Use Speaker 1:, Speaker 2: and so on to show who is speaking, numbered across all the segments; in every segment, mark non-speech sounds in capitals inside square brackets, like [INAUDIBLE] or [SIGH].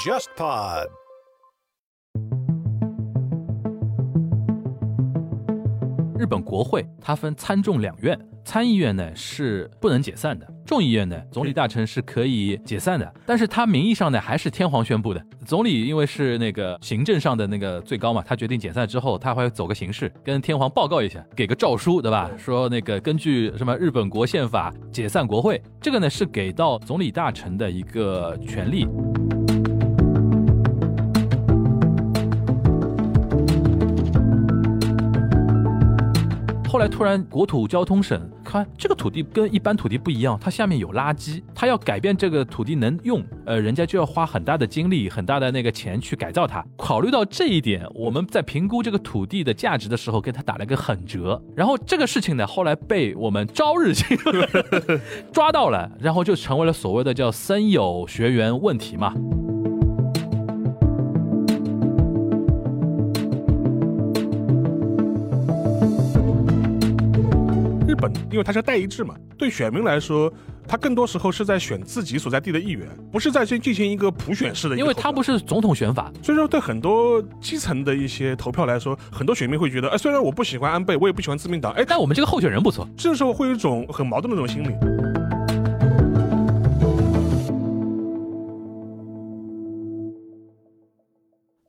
Speaker 1: JustPod。
Speaker 2: 日本国会它分参众两院，参议院呢是不能解散的，众议院呢总理大臣是可以解散的，但是他名义上呢还是天皇宣布的。总理因为是那个行政上的那个最高嘛，他决定解散之后，他会走个形式，跟天皇报告一下，给个诏书，对吧？说那个根据什么日本国宪法解散国会，这个呢是给到总理大臣的一个权利。后来突然国土交通省看这个土地跟一般土地不一样，它下面有垃圾，它要改变这个土地能用，呃，人家就要花很大的精力、很大的那个钱去改造它。考虑到这一点，我们在评估这个土地的价值的时候，给它打了个狠折。然后这个事情呢，后来被我们朝日 [LAUGHS] 新闻抓到了，然后就成为了所谓的叫“森友学员问题”嘛。
Speaker 3: 日本因为它是代议制嘛，对选民来说，他更多时候是在选自己所在地的议员，不是在去进行一个普选式的一个
Speaker 2: 因为它
Speaker 3: 投票
Speaker 2: 不是总统选法，
Speaker 3: 所以说，对很多基层的一些投票来说，很多选民会觉得，哎，虽然我不喜欢安倍，我也不喜欢自民党，哎，但
Speaker 2: 但我们这个候选人不错。 [LAUGHS]
Speaker 3: 这时候会有一种很矛盾的那种心理。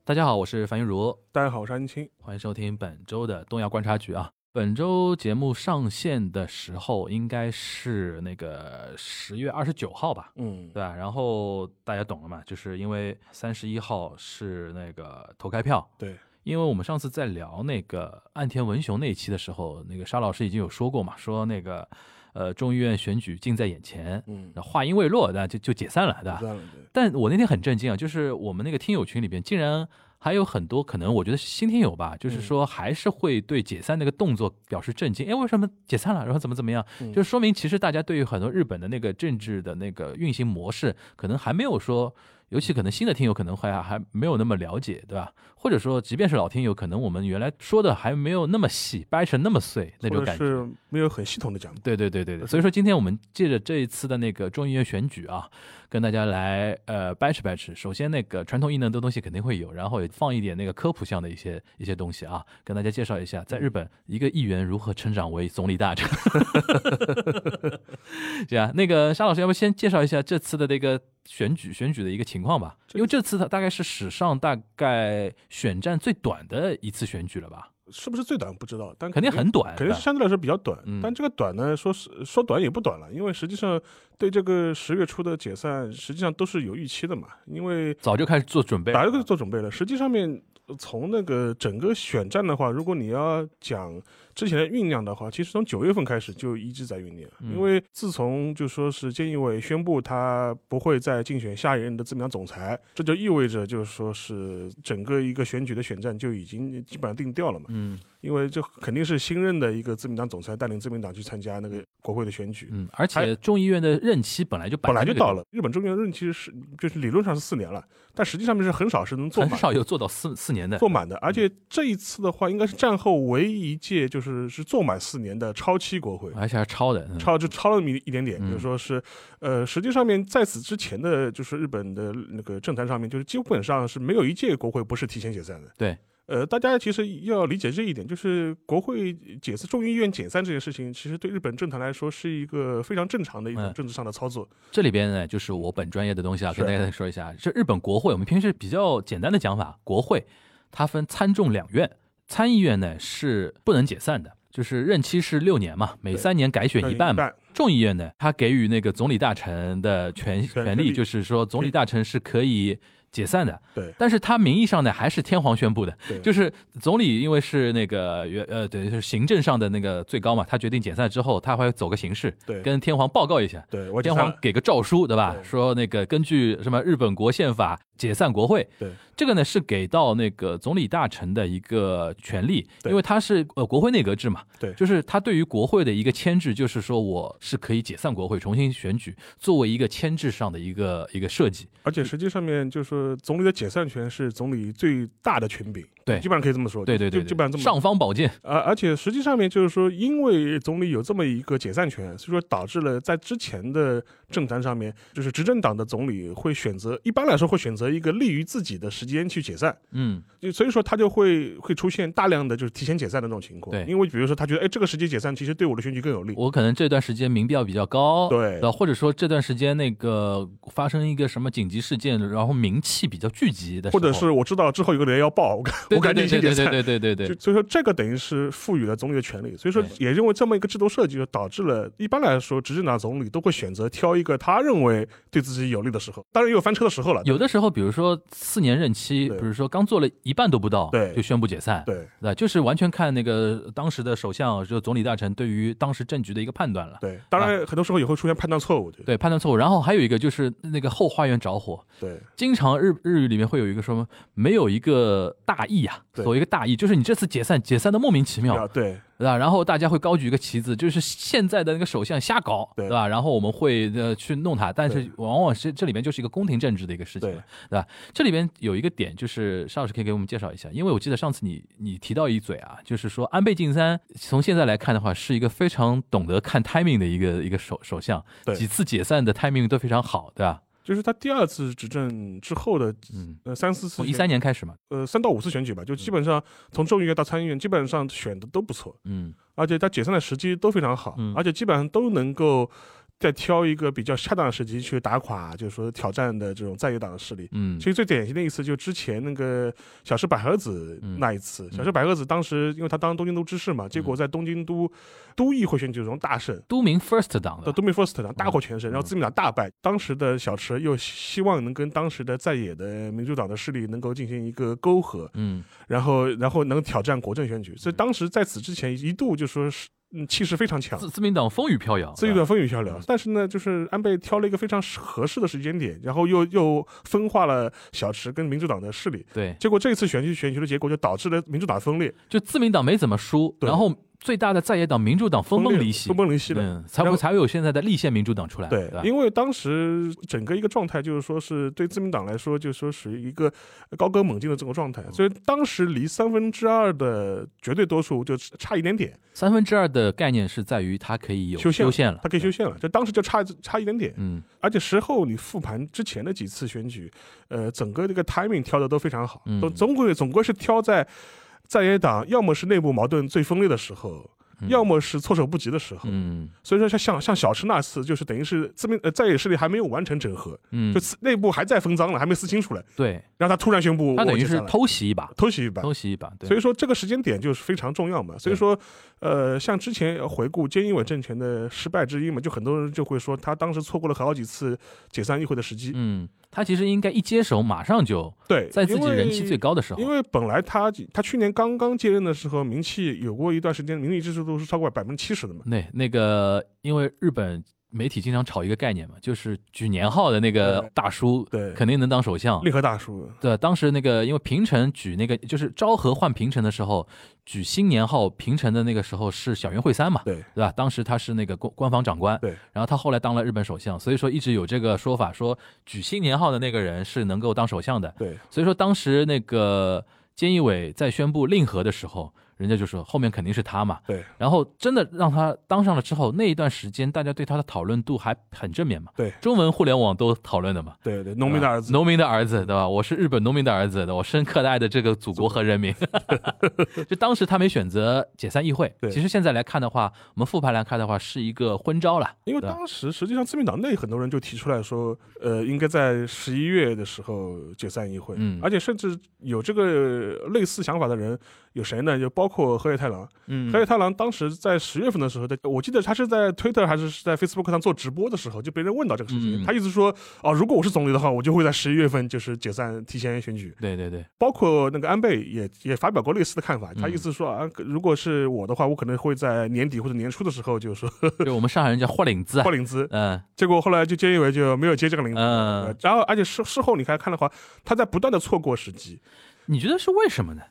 Speaker 2: 大家好，我是樊玉茹。
Speaker 3: 大家好，我是安青，
Speaker 2: 欢迎收听本周的东亚观察局啊。本周节目上线的时候应该是那个十月二十九号吧，
Speaker 3: 嗯，
Speaker 2: 对吧？然后大家懂了嘛，就是因为三十一号是那个投开票，
Speaker 3: 对，
Speaker 2: 因为我们上次在聊那个岸田文雄那一期的时候，那个沙老师已经有说过嘛，说那个呃众议院选举近在眼前，
Speaker 3: 嗯，
Speaker 2: 那话音未落，那就就解散了，对吧
Speaker 3: 知？道了，对，
Speaker 2: 但我那天很震惊啊，就是我们那个听友群里边竟然还有很多可能，我觉得新听友吧，就是说还是会对解散那个动作表示震惊。哎，为什么解散了？然后怎么怎么样？
Speaker 3: 嗯
Speaker 2: 就是说明其实大家对于很多日本的那个政治的那个运行模式，可能还没有说。尤其可能新的听友可能还还没有那么了解，对吧？或者说，即便是老听友，可能我们原来说的还没有那么细，掰成那么碎那种
Speaker 3: 或者
Speaker 2: 感觉。
Speaker 3: 是没有很系统的讲，
Speaker 2: 对对对对
Speaker 3: 嗯
Speaker 2: 对，所以说今天我们借着这一次的那个众议院选举啊，跟大家来呃掰扯掰扯。首先那个传统异能的东西肯定会有，然后也放一点那个科普项的一些一些东西啊，跟大家介绍一下，在日本一个议员如何成长为总理大臣。 [LAUGHS] 对啊，那个沙老师，要不先介绍一下这次的那个选举选举的一个情况吧？因为这次它大概是史上大概选战最短的一次选举了吧？
Speaker 3: 是不是最短不知道，但
Speaker 2: 肯定很短，
Speaker 3: 肯定是相对来说比较短，
Speaker 2: 嗯
Speaker 3: 但这个短呢，说是说短也不短了，因为实际上对这个十月初的解散，实际上都是有预期的嘛，因为
Speaker 2: 早就开始做准备了。
Speaker 3: 大家都做准备了。实际上面，呃从那个整个选战的话，如果你要讲之前的酝酿的话，其实从九月份开始就一直在酝酿，
Speaker 2: 嗯
Speaker 3: 因为自从就说是菅义伟宣布他不会再竞选下一任的自民党总裁，这就意味着就是说是整个一个选举的选战就已经基本上定调了嘛，
Speaker 2: 嗯
Speaker 3: 因为这肯定是新任的一个自民党总裁带领自民党去参加那个国会的选举。
Speaker 2: 嗯，而且众议院的任期本来就摆
Speaker 3: 本来
Speaker 2: 在
Speaker 3: 就
Speaker 2: 那个
Speaker 3: 到
Speaker 2: 地
Speaker 3: 了，日本中院任期是就是理论上是四年了，但实际上面是很少是能做
Speaker 2: 方，
Speaker 3: 满
Speaker 2: 很
Speaker 3: 的。
Speaker 2: 少有做到四四年的。嗯
Speaker 3: 做满的，而且这一次的话，应该是战后唯一一届就是是做满四年的超期国会，
Speaker 2: 而且还超的，嗯
Speaker 3: 超就超了那么一一点点，
Speaker 2: 嗯
Speaker 3: 就是说是，呃，实际上面在此之前的，就是日本的那个政坛上面，就是基本上是没有一届国会不是提前解散的。
Speaker 2: 对，
Speaker 3: 呃，大家其实要理解这一点，就是国会解散、众议院解散这件事情，其实对日本政坛来说是一个非常正常的一种
Speaker 2: 嗯
Speaker 3: 政治上的操作。
Speaker 2: 这里边呢，就是我本专业的东西啊，
Speaker 3: 是
Speaker 2: 跟大家说一下。这日本国会，我们平时比较简单的讲法，国会它分参众两院，参议院呢是不能解散的，就是任期是六年嘛，每
Speaker 3: 对
Speaker 2: 三年改选一半嘛。众议院呢，它给予那个总理大臣的权
Speaker 3: 权
Speaker 2: 权
Speaker 3: 权
Speaker 2: 利，
Speaker 3: 利
Speaker 2: 就是说总理大臣是可以解散的。
Speaker 3: 对
Speaker 2: 但是他名义上呢还是天皇宣布的
Speaker 3: 对，
Speaker 2: 就是总理因为是那个原呃对，就是行政上的那个最高嘛，他决定解散之后，他会走个形式，
Speaker 3: 对
Speaker 2: 跟天皇报告一下。
Speaker 3: 对，我解
Speaker 2: 天
Speaker 3: 散
Speaker 2: 皇
Speaker 3: 了。
Speaker 2: 给个诏书，对吧？
Speaker 3: 对
Speaker 2: 说那个根据什么日本国宪法解散国会，
Speaker 3: 对
Speaker 2: 这个呢是给到那个总理大臣的一个权利，
Speaker 3: 对
Speaker 2: 因为他是呃国会内阁制嘛，
Speaker 3: 对
Speaker 2: 就是他对于国会的一个牵制，就是说我是可以解散国会重新选举，作为一个牵制上的一个一个设计，
Speaker 3: 而且实际上面就是说总理的解散权是总理最大的权柄，
Speaker 2: 对
Speaker 3: 基本上可以这么说，
Speaker 2: 对对对，
Speaker 3: 就基本上这么
Speaker 2: 尚方宝剑，
Speaker 3: 而、而且实际上面就是说，因为总理有这么一个解散权，所以说导致了在之前的政坛上面，就是执政党的总理会选择，一般来说会选择一个利于自己的时间去解散，
Speaker 2: 嗯，
Speaker 3: 就所以说他就会会出现大量的就是提前解散的这种情况。
Speaker 2: 对
Speaker 3: 因为比如说他觉得，哎，这个时机解散其实对我的选举更有利。
Speaker 2: 我可能这段时间民调比较高，
Speaker 3: 对
Speaker 2: 呃，或者说这段时间那个发生一个什么紧急事件，然后名气比较聚集的时
Speaker 3: 或
Speaker 2: 候，
Speaker 3: 者是我知道之后有个人要爆，我赶
Speaker 2: 对
Speaker 3: 我赶紧
Speaker 2: 对
Speaker 3: 先解
Speaker 2: 对
Speaker 3: 散
Speaker 2: 对。对对对对
Speaker 3: 就
Speaker 2: 对，
Speaker 3: 所以说，这个等于是赋予了总理的权利，所以说
Speaker 2: 对
Speaker 3: 也因为这么一个制度设计，就导致了一般来说，执政党总理都会选择挑一个他认为对自己有利的时候，当然也有翻车的时候了。
Speaker 2: 有的时候，比如说四年任期，
Speaker 3: 对
Speaker 2: 比如说刚做了一半都不到，
Speaker 3: 对
Speaker 2: 就宣布解散，
Speaker 3: 对
Speaker 2: 对，就是完全看那个当时的首相，就总理大臣对于当时政局的一个判断了。
Speaker 3: 对，当然很多时候也会出现判断错误，对
Speaker 2: 啊对，判断错误。然后还有一个就是那个后花园着火，
Speaker 3: 对
Speaker 2: 经常日日语里面会有一个什么，没有一个大意啊，
Speaker 3: 对
Speaker 2: 所谓一个大意，就是你这次解散解散的莫名其妙，
Speaker 3: 啊对
Speaker 2: 对吧？然后大家会高举一个旗子，就是现在的那个首相瞎搞，
Speaker 3: 对
Speaker 2: 吧？然后我们会呃去弄他，但是
Speaker 3: 对
Speaker 2: 往往是这里面就是一个宫廷政治的一个事情
Speaker 3: 对
Speaker 2: 了，对吧？这里边有一个点，就是沙老师可以给我们介绍一下，因为我记得上次你你提到一嘴啊，就是说安倍晋三从现在来看的话，是一个非常懂得看 timing 的一个一个首首相，
Speaker 3: 对
Speaker 2: 几次解散的 timing 都非常好，对吧？
Speaker 3: 就是他第二次执政之后的
Speaker 2: 嗯，
Speaker 3: 呃三四次
Speaker 2: 从
Speaker 3: 选
Speaker 2: 一三年嗯开始嘛，
Speaker 3: 呃三到五次选举吧，就基本上从众议院到参议院，基本上选的都不错，
Speaker 2: 嗯。
Speaker 3: 而且他解散的时机都非常好，
Speaker 2: 嗯
Speaker 3: 而且基本上都能够。再挑一个比较恰当的时机去打垮，就是说挑战的这种在野党的势力。
Speaker 2: 嗯
Speaker 3: 其，实最典型的一次就之前那个小池百合子那一次，
Speaker 2: 嗯
Speaker 3: 小池百合子当时因为她当东京都知事嘛，结果在东京都都议会选举中大胜。
Speaker 2: 都民 First 党
Speaker 3: 到
Speaker 2: 的，
Speaker 3: 都民 first 党大获全
Speaker 2: 嗯
Speaker 3: 胜，然后自民党大败。当时的小池又希望能跟当时的在野的民主党的势力能够进行一个沟合，
Speaker 2: 嗯，
Speaker 3: 然后然后能挑战国政选举。所以当时在此之前一度就说是嗯气势非常强，
Speaker 2: 自自民党风雨飘摇，
Speaker 3: 自由
Speaker 2: 对
Speaker 3: 的
Speaker 2: 吧
Speaker 3: 风雨飘摇
Speaker 2: 嗯。
Speaker 3: 但是呢，就是安倍挑了一个非常合适的时间点，然后又又分化了小池跟民主党的势力。
Speaker 2: 对，
Speaker 3: 结果这次选举选举的结果就导致了民主党分裂，
Speaker 2: 就自民党没怎么输，
Speaker 3: 对
Speaker 2: 然后最大的在野党民主党分崩
Speaker 3: 裂
Speaker 2: 离析
Speaker 3: 分，崩离析的。
Speaker 2: 嗯，才
Speaker 3: 然
Speaker 2: 会
Speaker 3: 后
Speaker 2: 才会有现在的立宪民主党出来，
Speaker 3: 对
Speaker 2: 吧，
Speaker 3: 因为当时整个一个状态就是说是对自民党来说，就是说属于一个高歌猛进的这种状态，所以当时离三分之二的绝对多数就差一点点，
Speaker 2: 三分之二的概念是在于它可以有
Speaker 3: 修宪
Speaker 2: 修宪了，
Speaker 3: 他可以修宪了，就当时就差差一点点。
Speaker 2: 嗯，
Speaker 3: 而且事后你复盘之前的几次选举，呃，整个这个 timing 挑的都非常好，
Speaker 2: 嗯
Speaker 3: 都总归总归是挑在在野党要么是内部矛盾最分裂的时候，
Speaker 2: 嗯
Speaker 3: 要么是措手不及的时候。
Speaker 2: 嗯
Speaker 3: 所以说像像像小池那次，就是等于是自民呃在野势力还没有完成整合，
Speaker 2: 嗯
Speaker 3: 就，撕内部还在分赃了，还没撕清楚了，
Speaker 2: 对，
Speaker 3: 然后他突然宣布
Speaker 2: 他等于
Speaker 3: 我解
Speaker 2: 是
Speaker 3: 散了
Speaker 2: 偷袭一把，
Speaker 3: 偷袭一把。
Speaker 2: 偷袭一把，对，
Speaker 3: 所以说这个时间点就是非常重要嘛。所以
Speaker 2: 对
Speaker 3: 说，呃，像之前回顾菅义伟政权的失败之一嘛，就很多人就会说他当时错过了好几次解散议会的时机。
Speaker 2: 嗯，他其实应该一接手马上就
Speaker 3: 对，
Speaker 2: 在自己
Speaker 3: 因为
Speaker 2: 人气最。高的时候
Speaker 3: 因，为本来他他去年刚刚接任的时候，名气有过一段时间，民意支持度是超过百分之七十的嘛。
Speaker 2: 那那个因为日本。媒体经常炒一个概念嘛，就是举年号的那个
Speaker 3: 对
Speaker 2: 大叔，
Speaker 3: 对
Speaker 2: 肯定能当首相。
Speaker 3: 利和大叔，
Speaker 2: 对，当时那个因为平城举那个就是昭和换平城的时候，举新年号平城的那个时候是小渊惠三嘛，
Speaker 3: 对
Speaker 2: 对吧？当时他是那个官官方长官，
Speaker 3: 对，
Speaker 2: 然后他后来当了日本首相，所以说一直有这个说法，说举新年号的那个人是能够当首相的。
Speaker 3: 对
Speaker 2: 所以说当时那个菅义伟在宣布令和的时候，人家就说后面肯定是他嘛。
Speaker 3: 对
Speaker 2: 然后真的让他当上了之后，那一段时间大家对他的讨论度还很正面嘛，
Speaker 3: 对
Speaker 2: 中文互联网都讨论的嘛。
Speaker 3: 对对，农民的儿子，
Speaker 2: 农民的儿子，对吧？我是日本农民的儿子，我深刻的爱着这个祖国和人
Speaker 3: [LAUGHS]
Speaker 2: 民。就当时他没选择解散议会，
Speaker 3: 对
Speaker 2: 其实现在来看的话，我们复盘来看的话，是一个昏招了。
Speaker 3: 因为
Speaker 2: 对吧
Speaker 3: 当时实际上自民党内很多人就提出来说，呃，应该在十一月的时候解散议会，
Speaker 2: 嗯
Speaker 3: 而且甚至有这个类似想法的人有谁呢？就包括河野太郎。
Speaker 2: 嗯
Speaker 3: 河野太郎当时在十月份的时候，在我记得他是在 Twitter 还是是在 Facebook 上做直播的时候，就被人问到这个事情，
Speaker 2: 嗯
Speaker 3: 他一直说，哦，如果我是总理的话，我就会在十一月份就是解散提前选举。
Speaker 2: 对对对，
Speaker 3: 包括那个安倍也也发表过类似的看
Speaker 2: 嗯
Speaker 3: 法，他意思说啊，如果是我的话，我可能会在年底或者年初的时候，就是说
Speaker 2: 就我们上海人叫豁领子啊
Speaker 3: 报，
Speaker 2: [LAUGHS]
Speaker 3: 领资。
Speaker 2: 嗯
Speaker 3: 结果后来就菅义伟就没有接这个领子。呃
Speaker 2: 嗯，
Speaker 3: 然后，而且事事后你还看的话，他在不断的错过时机。
Speaker 2: 你觉得是为什么呢？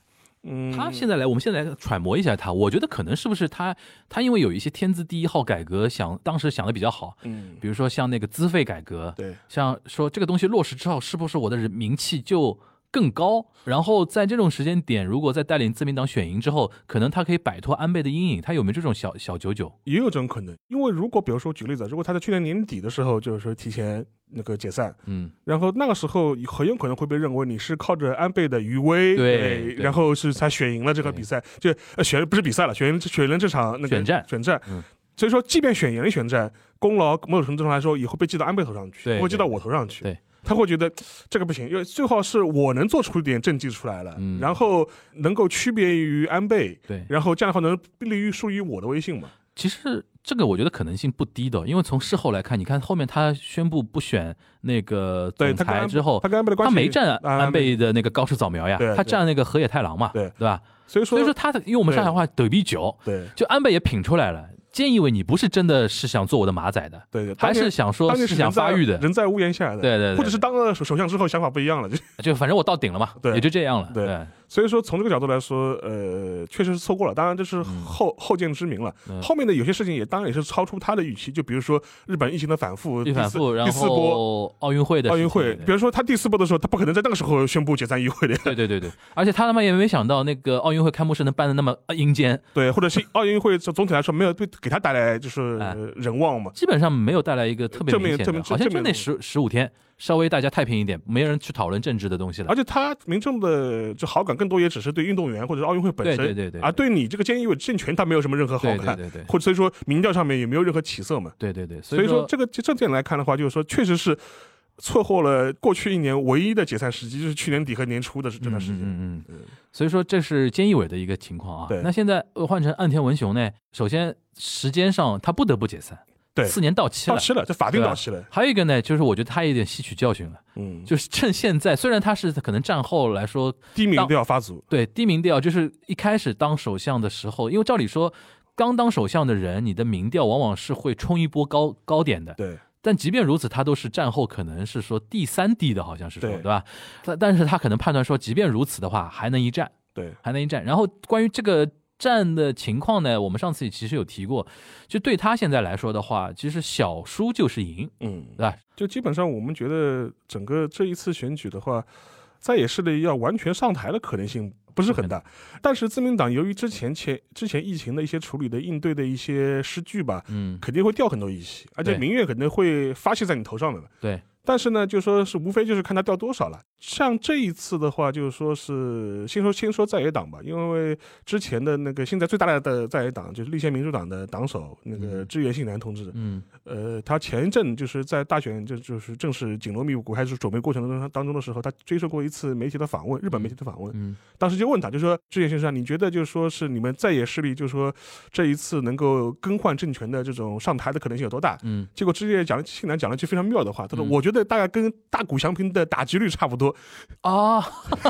Speaker 3: 嗯，
Speaker 2: 他现在来，我们现在来揣摩一下他，我觉得可能是不是他，他因为有一些天字第一号改革想当时想的比较好，
Speaker 3: 嗯，
Speaker 2: 比如说像那个资费改革，
Speaker 3: 对
Speaker 2: 像说这个东西落实之后，是不是我的人名气就更高。然后在这种时间点，如果在带领自民党选赢之后，可能他可以摆脱安倍的阴影。他有没有这种小小九九？
Speaker 3: 也有这种可能，因为如果比如说举例子，如果他在去年年底的时候就是说提前那个解散，
Speaker 2: 嗯，
Speaker 3: 然后那个时候很有可能会被认为你是靠着安倍的余威，
Speaker 2: 对
Speaker 3: 哎
Speaker 2: 对
Speaker 3: 然后是才选赢了这个比赛，就呃选不是比赛了，选选赢了这场那个
Speaker 2: 选战
Speaker 3: 选战
Speaker 2: 嗯。
Speaker 3: 所以说，即便选赢了选战，功劳某种程度上来说也会被记到安倍头上去，
Speaker 2: 对
Speaker 3: 不会记到
Speaker 2: 对
Speaker 3: 我头上去。
Speaker 2: 对
Speaker 3: 他会觉得这个不行，因为最好是我能做出一点政绩出来了，
Speaker 2: 嗯
Speaker 3: 然后能够区别于安倍，
Speaker 2: 对。
Speaker 3: 然后这样的话能利于属于我的威信嘛。
Speaker 2: 其实这个我觉得可能性不低的，因为从事后来看，你看后面他宣布不选那个
Speaker 3: 对
Speaker 2: 总
Speaker 3: 他跟
Speaker 2: 裁
Speaker 3: 安
Speaker 2: 之后，
Speaker 3: 他跟安倍的关
Speaker 2: 哦他
Speaker 3: 系
Speaker 2: 没站
Speaker 3: 啊
Speaker 2: 安倍的那个高市早苗呀
Speaker 3: 对，
Speaker 2: 他
Speaker 3: 对
Speaker 2: 站那个河野太郎嘛，
Speaker 3: 对
Speaker 2: 吧？
Speaker 3: 所以说，
Speaker 2: 所以说他的用我们上海话“抖逼九
Speaker 3: 对”，
Speaker 2: 就安倍也品出来了，菅义伟你不是真的是想做我的马仔的，
Speaker 3: 对对，
Speaker 2: 还
Speaker 3: 当
Speaker 2: 是
Speaker 3: 年
Speaker 2: 想说
Speaker 3: 当年
Speaker 2: 是
Speaker 3: 是
Speaker 2: 想
Speaker 3: 人在
Speaker 2: 发育的，
Speaker 3: 人在屋檐下的，
Speaker 2: 对对对，
Speaker 3: 或者是当了首首相之后想法不一样了。就 [LAUGHS]
Speaker 2: 就反正我到顶了嘛，
Speaker 3: 对
Speaker 2: 也就这样了，
Speaker 3: 对
Speaker 2: 对，
Speaker 3: 所以说从这个角度来说，呃，确实是错过了。当然这是
Speaker 2: 嗯
Speaker 3: 后、后见之明了。
Speaker 2: 嗯
Speaker 3: 后面的有些事情也当然也是超出他的预期，就比如说日本疫情的反复，
Speaker 2: 一反复，然
Speaker 3: 第四波
Speaker 2: 后奥运会的
Speaker 3: 奥运
Speaker 2: 事情
Speaker 3: 会，比如说他第四波的时候，他不可能在那个时候宣布解散议
Speaker 2: [LAUGHS]
Speaker 3: 会的，
Speaker 2: 对对对对，而且他他妈也没想到那个奥运会开幕式能办的那么呃阴间，
Speaker 3: 对，或者是奥运会总总体来说没有对给他带来就是
Speaker 2: 哎
Speaker 3: 呃人望嘛。
Speaker 2: 基本上没有带来一个特别
Speaker 3: 正
Speaker 2: 明
Speaker 3: 面
Speaker 2: 显
Speaker 3: 正
Speaker 2: 的，
Speaker 3: 面
Speaker 2: 好像
Speaker 3: 正
Speaker 2: 就
Speaker 3: 面
Speaker 2: 那
Speaker 3: 的
Speaker 2: 十十五天，稍微大家太平一点，没人去讨论政治的东西了
Speaker 3: 而。且他民众的就好感更多也只是对运动员或者是奥运会本
Speaker 2: 对
Speaker 3: 身，
Speaker 2: 对对对，
Speaker 3: 而啊对你这个菅义伟政权他没有什么任何好
Speaker 2: 对
Speaker 3: 感，
Speaker 2: 对对对
Speaker 3: 或者所以说民调上面也没有任何起色嘛。
Speaker 2: 对对对，
Speaker 3: 所以
Speaker 2: 说
Speaker 3: 说这个这点来看的话，就是说确实是错过了过去一年唯一的解散时机，就是去年底和年初的这段时间。
Speaker 2: 嗯嗯嗯
Speaker 3: 嗯
Speaker 2: 所以说这是菅义伟的一个情况啊。
Speaker 3: 对
Speaker 2: 那现在呃换成岸田文雄呢，首先时间上他不得不解散，
Speaker 3: 对
Speaker 2: 四年到期
Speaker 3: 到
Speaker 2: 了。
Speaker 3: 期了，这法定
Speaker 2: 对吧
Speaker 3: 到期了。
Speaker 2: 还有一个呢，就是我觉得他也有点吸取教训了，
Speaker 3: 嗯，
Speaker 2: 就是趁现在，虽然他是可能战后来说
Speaker 3: 低迷
Speaker 2: 当
Speaker 3: 都要发足。
Speaker 2: 对低民调，就是一开始当首相的时候，因为照理说刚当首相的人，你的民调往往是会冲一波高高点的。
Speaker 3: 对，
Speaker 2: 但即便如此，他都是战后可能是说第三低的，好像是说
Speaker 3: 对
Speaker 2: 对吧？但但是他可能判断说，即便如此的话，还能一战。
Speaker 3: 对，
Speaker 2: 还能一战。然后关于这个战的情况呢，我们上次也其实有提过，就对他现在来说的话，其实小输就是赢，
Speaker 3: 嗯，
Speaker 2: 对吧？
Speaker 3: 就基本上我们觉得整个这一次选举的话，在野势力要完全上台的可能性不是很大。但是自民党由于之前前之前疫情的一些处理的应对的一些失据吧，
Speaker 2: 嗯，
Speaker 3: 肯定会掉很多义气，而且
Speaker 2: 对
Speaker 3: 民怨肯定会发泄在你头上的。
Speaker 2: 对，
Speaker 3: 但是呢，就说是无非就是看他掉多少了。像这一次的话，就是说是先说先说在野党吧，因为之前的那个现在最大的在野党就是立宪民主党的党首那个
Speaker 2: 嗯
Speaker 3: 志原信男同志，
Speaker 2: 嗯
Speaker 3: 呃，他前一阵就是在大选就就是正式紧锣密鼓开始准备过程当中当中的时候，他接受过一次媒体的访问，日本媒体的访问，
Speaker 2: 嗯，
Speaker 3: 当时就问他，就说志远先生，你觉得就是说是你们在野势力，就是说这一次能够更换政权的这种上台的可能性有多大？
Speaker 2: 嗯，
Speaker 3: 结果之前讲信男讲了一句非常妙的话，他说：“
Speaker 2: 嗯
Speaker 3: 我觉得大概跟大谷翔平的打击率差不多。
Speaker 2: 啊，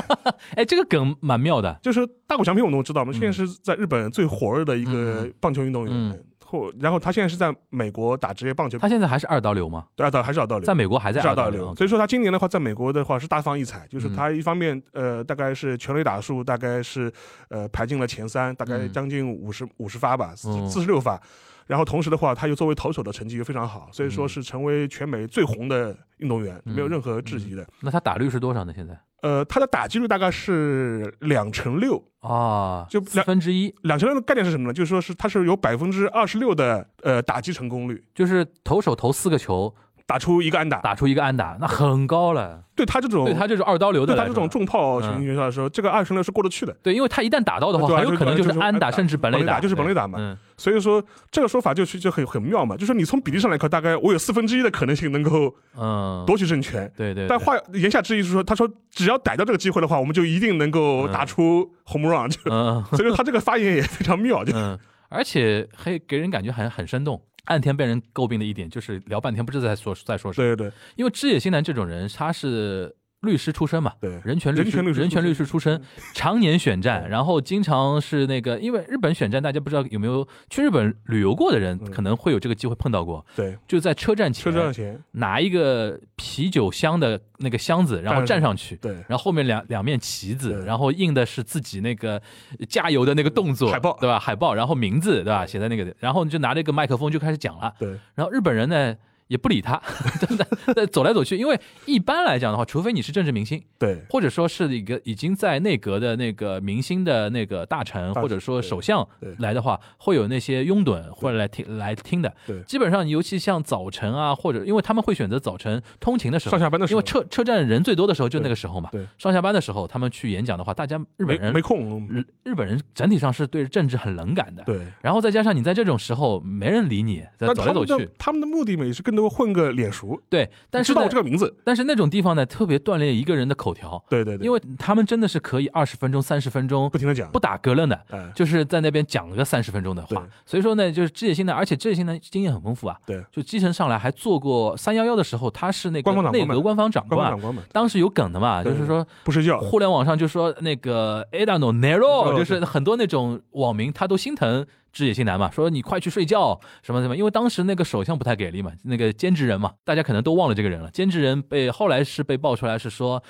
Speaker 2: [LAUGHS] 哎，这个梗蛮妙的，
Speaker 3: 就是大谷翔平我们都知道嘛，
Speaker 2: 嗯
Speaker 3: 现在是在日本最火热的一个
Speaker 2: 嗯
Speaker 3: 棒球运动员，
Speaker 2: 嗯
Speaker 3: 或然后他现在是在美国打职业棒球，
Speaker 2: 他现在还是二刀流吗？
Speaker 3: 对啊，还是老道理
Speaker 2: 在。美国还在
Speaker 3: 是
Speaker 2: 二
Speaker 3: 二道
Speaker 2: 流
Speaker 3: 流，，所以说他今年的话，在美国的话是大放异彩，就是
Speaker 2: 嗯
Speaker 3: 他一方面呃，大概是全垒打数大概是呃排进了前三，大概
Speaker 2: 嗯
Speaker 3: 将近五十五十发吧，
Speaker 2: 嗯
Speaker 3: 四四十六发，然后同时的话，他又作为投手的成绩又非常好，所以说
Speaker 2: 嗯
Speaker 3: 是成为全美最红的运动员，
Speaker 2: 嗯
Speaker 3: 没有任何质疑的。
Speaker 2: 啊那他打率是多少呢？现在
Speaker 3: 呃，他的打击率大概是两成六，
Speaker 2: 啊，
Speaker 3: 就
Speaker 2: 四分之一，
Speaker 3: 两成六的概念是什么呢？就是说是他是有百分之二十六的呃打击成功率，
Speaker 2: 就是投手投四个球
Speaker 3: 打出一个安打，
Speaker 2: 打出一个安打，那很高了。
Speaker 3: 对他这种
Speaker 2: 对他这种二刀流的
Speaker 3: 哦对
Speaker 2: 来说，
Speaker 3: 他
Speaker 2: 嗯
Speaker 3: 这种重炮型选手来说，这个二成六是过得去的。
Speaker 2: 对，因为他一旦打到的话，
Speaker 3: 对啊
Speaker 2: 很有可能就是
Speaker 3: 就是
Speaker 2: 安打，
Speaker 3: 安打
Speaker 2: 甚至本
Speaker 3: 本
Speaker 2: 垒
Speaker 3: 垒打就是本垒打嘛
Speaker 2: 嗯，
Speaker 3: 所以说这个说法就是就很很妙嘛，就是你从比例上来看，大概我有四分之一的可能性能够
Speaker 2: 嗯，
Speaker 3: 夺取政权。
Speaker 2: 对对，嗯
Speaker 3: 但
Speaker 2: 对
Speaker 3: 话言下之意就是说，他说只要逮到这个机会的话，我们就一定能够
Speaker 2: 嗯
Speaker 3: 打出 home
Speaker 2: [LAUGHS]
Speaker 3: run 就。
Speaker 2: 嗯
Speaker 3: 所以说他这个发言也非常
Speaker 2: [LAUGHS]
Speaker 3: 妙，就
Speaker 2: 嗯，而且还给人感觉很很生动。岸田被人诟病的一点就是聊半天不知道在说在说什么，
Speaker 3: 对对
Speaker 2: 因为枝野新男这种人他是律师出身嘛，
Speaker 3: 对
Speaker 2: 人权律
Speaker 3: 人
Speaker 2: 师
Speaker 3: 权律师
Speaker 2: 人权
Speaker 3: 出嗯
Speaker 2: 律师出身，常年选战，然后经常是那个，因为日本选战大家不知道有没有去日本旅游过的人
Speaker 3: 嗯
Speaker 2: 可能会有这个机会碰到过，
Speaker 3: 对，
Speaker 2: 就在车站前
Speaker 3: 车站前
Speaker 2: 拿一个啤酒箱的那个箱子，然后站
Speaker 3: 站
Speaker 2: 上去。
Speaker 3: 对
Speaker 2: 然后后面两两面旗子，
Speaker 3: 对
Speaker 2: 然后印的是自己那个加油的那个动作，
Speaker 3: 海报
Speaker 2: 对吧？海报，然后名字对吧？写在那个，然后你就拿着一个麦克风就开始讲了。
Speaker 3: 对
Speaker 2: 然后日本人呢也不理他， [LAUGHS] 真的在走来走去。因为一般来讲的话，除非你是政治明星，
Speaker 3: 对，
Speaker 2: 或者说是一个已经在内阁的那个明星的那个大臣，
Speaker 3: 臣
Speaker 2: 或者说
Speaker 3: 对
Speaker 2: 首相
Speaker 3: 对
Speaker 2: 来的话，会有那些拥趸会来听来听的。
Speaker 3: 对
Speaker 2: 基本上尤其像早晨啊，或者因为他们会选择早晨通勤的时候
Speaker 3: 上，下班的
Speaker 2: [LAUGHS]
Speaker 3: 时
Speaker 2: 因
Speaker 3: 候
Speaker 2: 为，车车站人最多的时候就那个时候嘛。
Speaker 3: 对对
Speaker 2: 上下班的时候，他们去演讲的话，大家日本
Speaker 3: 没
Speaker 2: 人
Speaker 3: 没空，嗯
Speaker 2: 日日本人整体上是对政治很冷感的。
Speaker 3: 对。
Speaker 2: 然后再加上你在这种时候没人理你，
Speaker 3: 但
Speaker 2: 走
Speaker 3: 他
Speaker 2: 来
Speaker 3: 们
Speaker 2: 走
Speaker 3: 的
Speaker 2: 去，
Speaker 3: 他们的目的嘛也是更多混个脸熟，
Speaker 2: 对。但是
Speaker 3: 知道
Speaker 2: 呢
Speaker 3: 我这，个名字，
Speaker 2: 但是那种地方呢，特别锻炼一个人的口条，
Speaker 3: 对对对，
Speaker 2: 因为他们真的是可以二十分钟、三十分钟
Speaker 3: 不停的讲，
Speaker 2: 不打嗝愣的，
Speaker 3: 哎，
Speaker 2: 就是在那边讲了个三十分钟的
Speaker 3: 对
Speaker 2: 话。所以说呢，就是志野新呢，而且志野新呢经验很丰富啊。
Speaker 3: 对，
Speaker 2: 就基层上来还做过三幺幺的时候，他是那个
Speaker 3: 官方长官
Speaker 2: 内
Speaker 3: 嘛
Speaker 2: 阁官方长
Speaker 3: 官方
Speaker 2: 官啊
Speaker 3: 长，官嘛，
Speaker 2: 当时有梗的嘛，
Speaker 3: 对
Speaker 2: 就是说
Speaker 3: 不睡觉，
Speaker 2: 互联网上就说那个 Ada no Nero，
Speaker 3: 啊哦对
Speaker 2: 就是很多那种网民他都心疼知野新男嘛，说你快去睡觉什么什么，因为当时那个首相不太给力嘛，那个兼职人嘛，大家可能都忘了这个人了。兼职人被后来是被爆出来是说，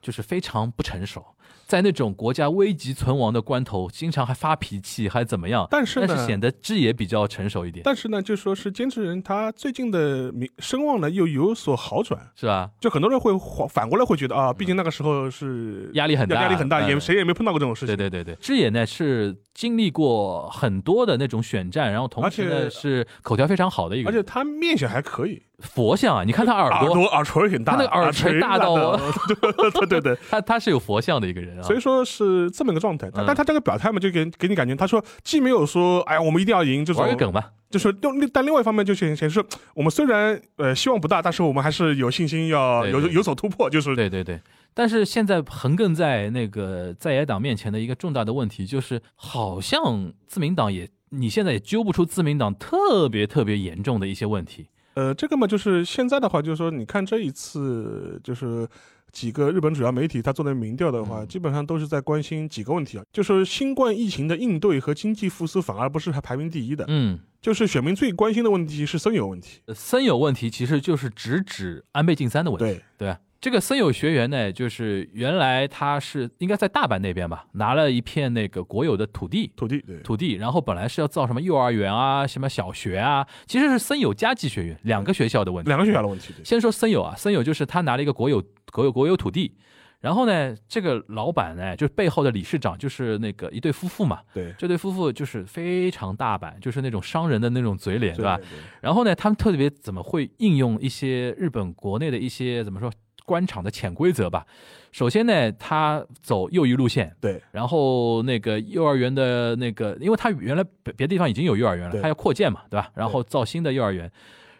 Speaker 2: 就是非常不成熟，在那种国家危急存亡的关头，经常还发脾气，还怎么样？
Speaker 3: 但是
Speaker 2: 但是
Speaker 3: 呢，
Speaker 2: 显得知野比较成熟一点，
Speaker 3: 但是呢，就说是坚持人他最近的名声望呢又有所好转，
Speaker 2: 是吧？
Speaker 3: 就很多人会反反过来会觉得啊，毕竟那个时候是
Speaker 2: 压力很大，
Speaker 3: 压力很大，
Speaker 2: 嗯
Speaker 3: 也谁也没碰到过这种事
Speaker 2: 对
Speaker 3: 情，
Speaker 2: 对对对，志野呢是经历过很多的那种选战，然后同时
Speaker 3: 而
Speaker 2: 呢
Speaker 3: 且
Speaker 2: 是口条非常好的一个
Speaker 3: 而
Speaker 2: 人。
Speaker 3: 且他面相还可以，
Speaker 2: 佛像啊，你看他耳
Speaker 3: 耳
Speaker 2: 朵，
Speaker 3: 朵耳垂很大，
Speaker 2: 他那个耳垂
Speaker 3: 垂
Speaker 2: 大到
Speaker 3: 的，对对对对，
Speaker 2: 他他是有佛像的一个人啊。
Speaker 3: 所以说是这么一个状态。但
Speaker 2: 嗯
Speaker 3: 但他这个表态嘛，就给给你感觉，他说既没有说哎呀我们一定要赢这种
Speaker 2: 玩个，梗吧，
Speaker 3: 就是用但另外一方面就显显示我们虽然呃希望不大，但是我们还是有信心要
Speaker 2: 对
Speaker 3: 有
Speaker 2: 对
Speaker 3: 有所突破，就是
Speaker 2: 对对对。但是现在横亘在那个在野党面前的一个重大的问题，就是好像自民党也，你现在也揪不出自民党特别特别严重的一些问题。
Speaker 3: 呃，这个嘛，就是现在的话，就是说，你看这一次就是。几个日本主要媒体他做的民调的话，
Speaker 2: 嗯
Speaker 3: 基本上都是在关心几个问题啊，就是新冠疫情的应对和经济复苏，反而不是排名第一的，
Speaker 2: 嗯，
Speaker 3: 就是选民最关心的问题是森友问题。
Speaker 2: 呃森友问题其实就是直指安倍晋三的问题。
Speaker 3: 对，
Speaker 2: 对，啊这个森友学园呢，就是原来他是应该在大阪那边吧，拿了一片那个国有的土地。
Speaker 3: 土地，对，
Speaker 2: 土地，然后本来是要造什么幼儿园啊，什么小学啊，其实是森友加计学院两个学校的问题。
Speaker 3: 两个学校的问题，对，
Speaker 2: 先说森友啊，森友就是他拿了一个国有国有国有土地，然后呢，这个老板呢，就是背后的理事长就是那个一对夫妇嘛，
Speaker 3: 对，
Speaker 2: 这对夫妇就是非常大板，就是那种商人的那种嘴脸，对吧？
Speaker 3: 对？对
Speaker 2: 然后呢，他们特别怎么会应用一些日本国内的一些怎么说官场的潜规则吧？首先呢，他走右翼路线，
Speaker 3: 对，
Speaker 2: 然后那个幼儿园的那个，因为他原来别别的地方已经有幼儿园了，
Speaker 3: 对
Speaker 2: 他要扩建嘛，对吧？然后造新的幼儿园，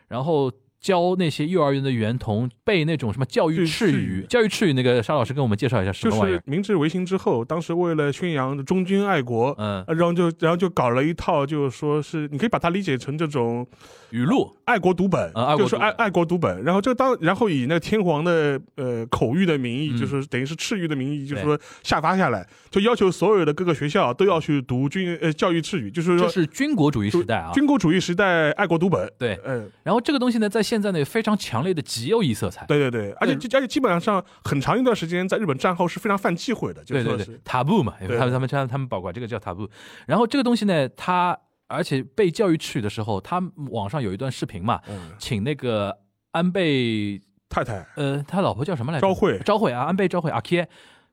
Speaker 2: 然后。教那些幼儿园的园童背那种什么教育
Speaker 3: 对
Speaker 2: 赤
Speaker 3: 赤
Speaker 2: 语
Speaker 3: 语，
Speaker 2: 教育赤语那个沙老师跟我们介绍一下什
Speaker 3: 就
Speaker 2: 么玩意
Speaker 3: 是
Speaker 2: 儿？
Speaker 3: 明治维新之后，当时为了宣扬忠君爱国，呃
Speaker 2: 嗯，
Speaker 3: 然后就然后就搞了一套，就是说是你可以把它理解成这种
Speaker 2: 语录，
Speaker 3: 爱国读本，
Speaker 2: 啊爱国
Speaker 3: 就是
Speaker 2: 读
Speaker 3: 爱
Speaker 2: 本
Speaker 3: 爱国读本。然后这当然后以那个天皇的呃口谕的名义，
Speaker 2: 嗯
Speaker 3: 就是等于是敕谕的名义，就
Speaker 2: 对
Speaker 3: 是说下发下来，就要求所有的各个学校都要去读军呃教育敕谕，就是
Speaker 2: 这
Speaker 3: 说
Speaker 2: 是啊军国主义时代啊。
Speaker 3: 军国主义时代爱国读本。
Speaker 2: 对
Speaker 3: 嗯，
Speaker 2: 然后这个东西呢，在现在呢有非常强烈的极右翼色彩。
Speaker 3: 对对对，而且而且基本上很长一段时间，在日本战后是非常犯忌讳的，就
Speaker 2: 对
Speaker 3: 是
Speaker 2: 对对
Speaker 3: 说是
Speaker 2: ，taboo 嘛，
Speaker 3: 对
Speaker 2: 他们他们他们他们保管这个叫 taboo。然后这个东西呢，它而且被教育去的时候，他网上有一段视频嘛，
Speaker 3: 嗯，
Speaker 2: 请那个安倍，
Speaker 3: 太太
Speaker 2: 呃，他老婆叫什么来着？
Speaker 3: 昭惠
Speaker 2: 昭惠啊，安倍昭惠阿 K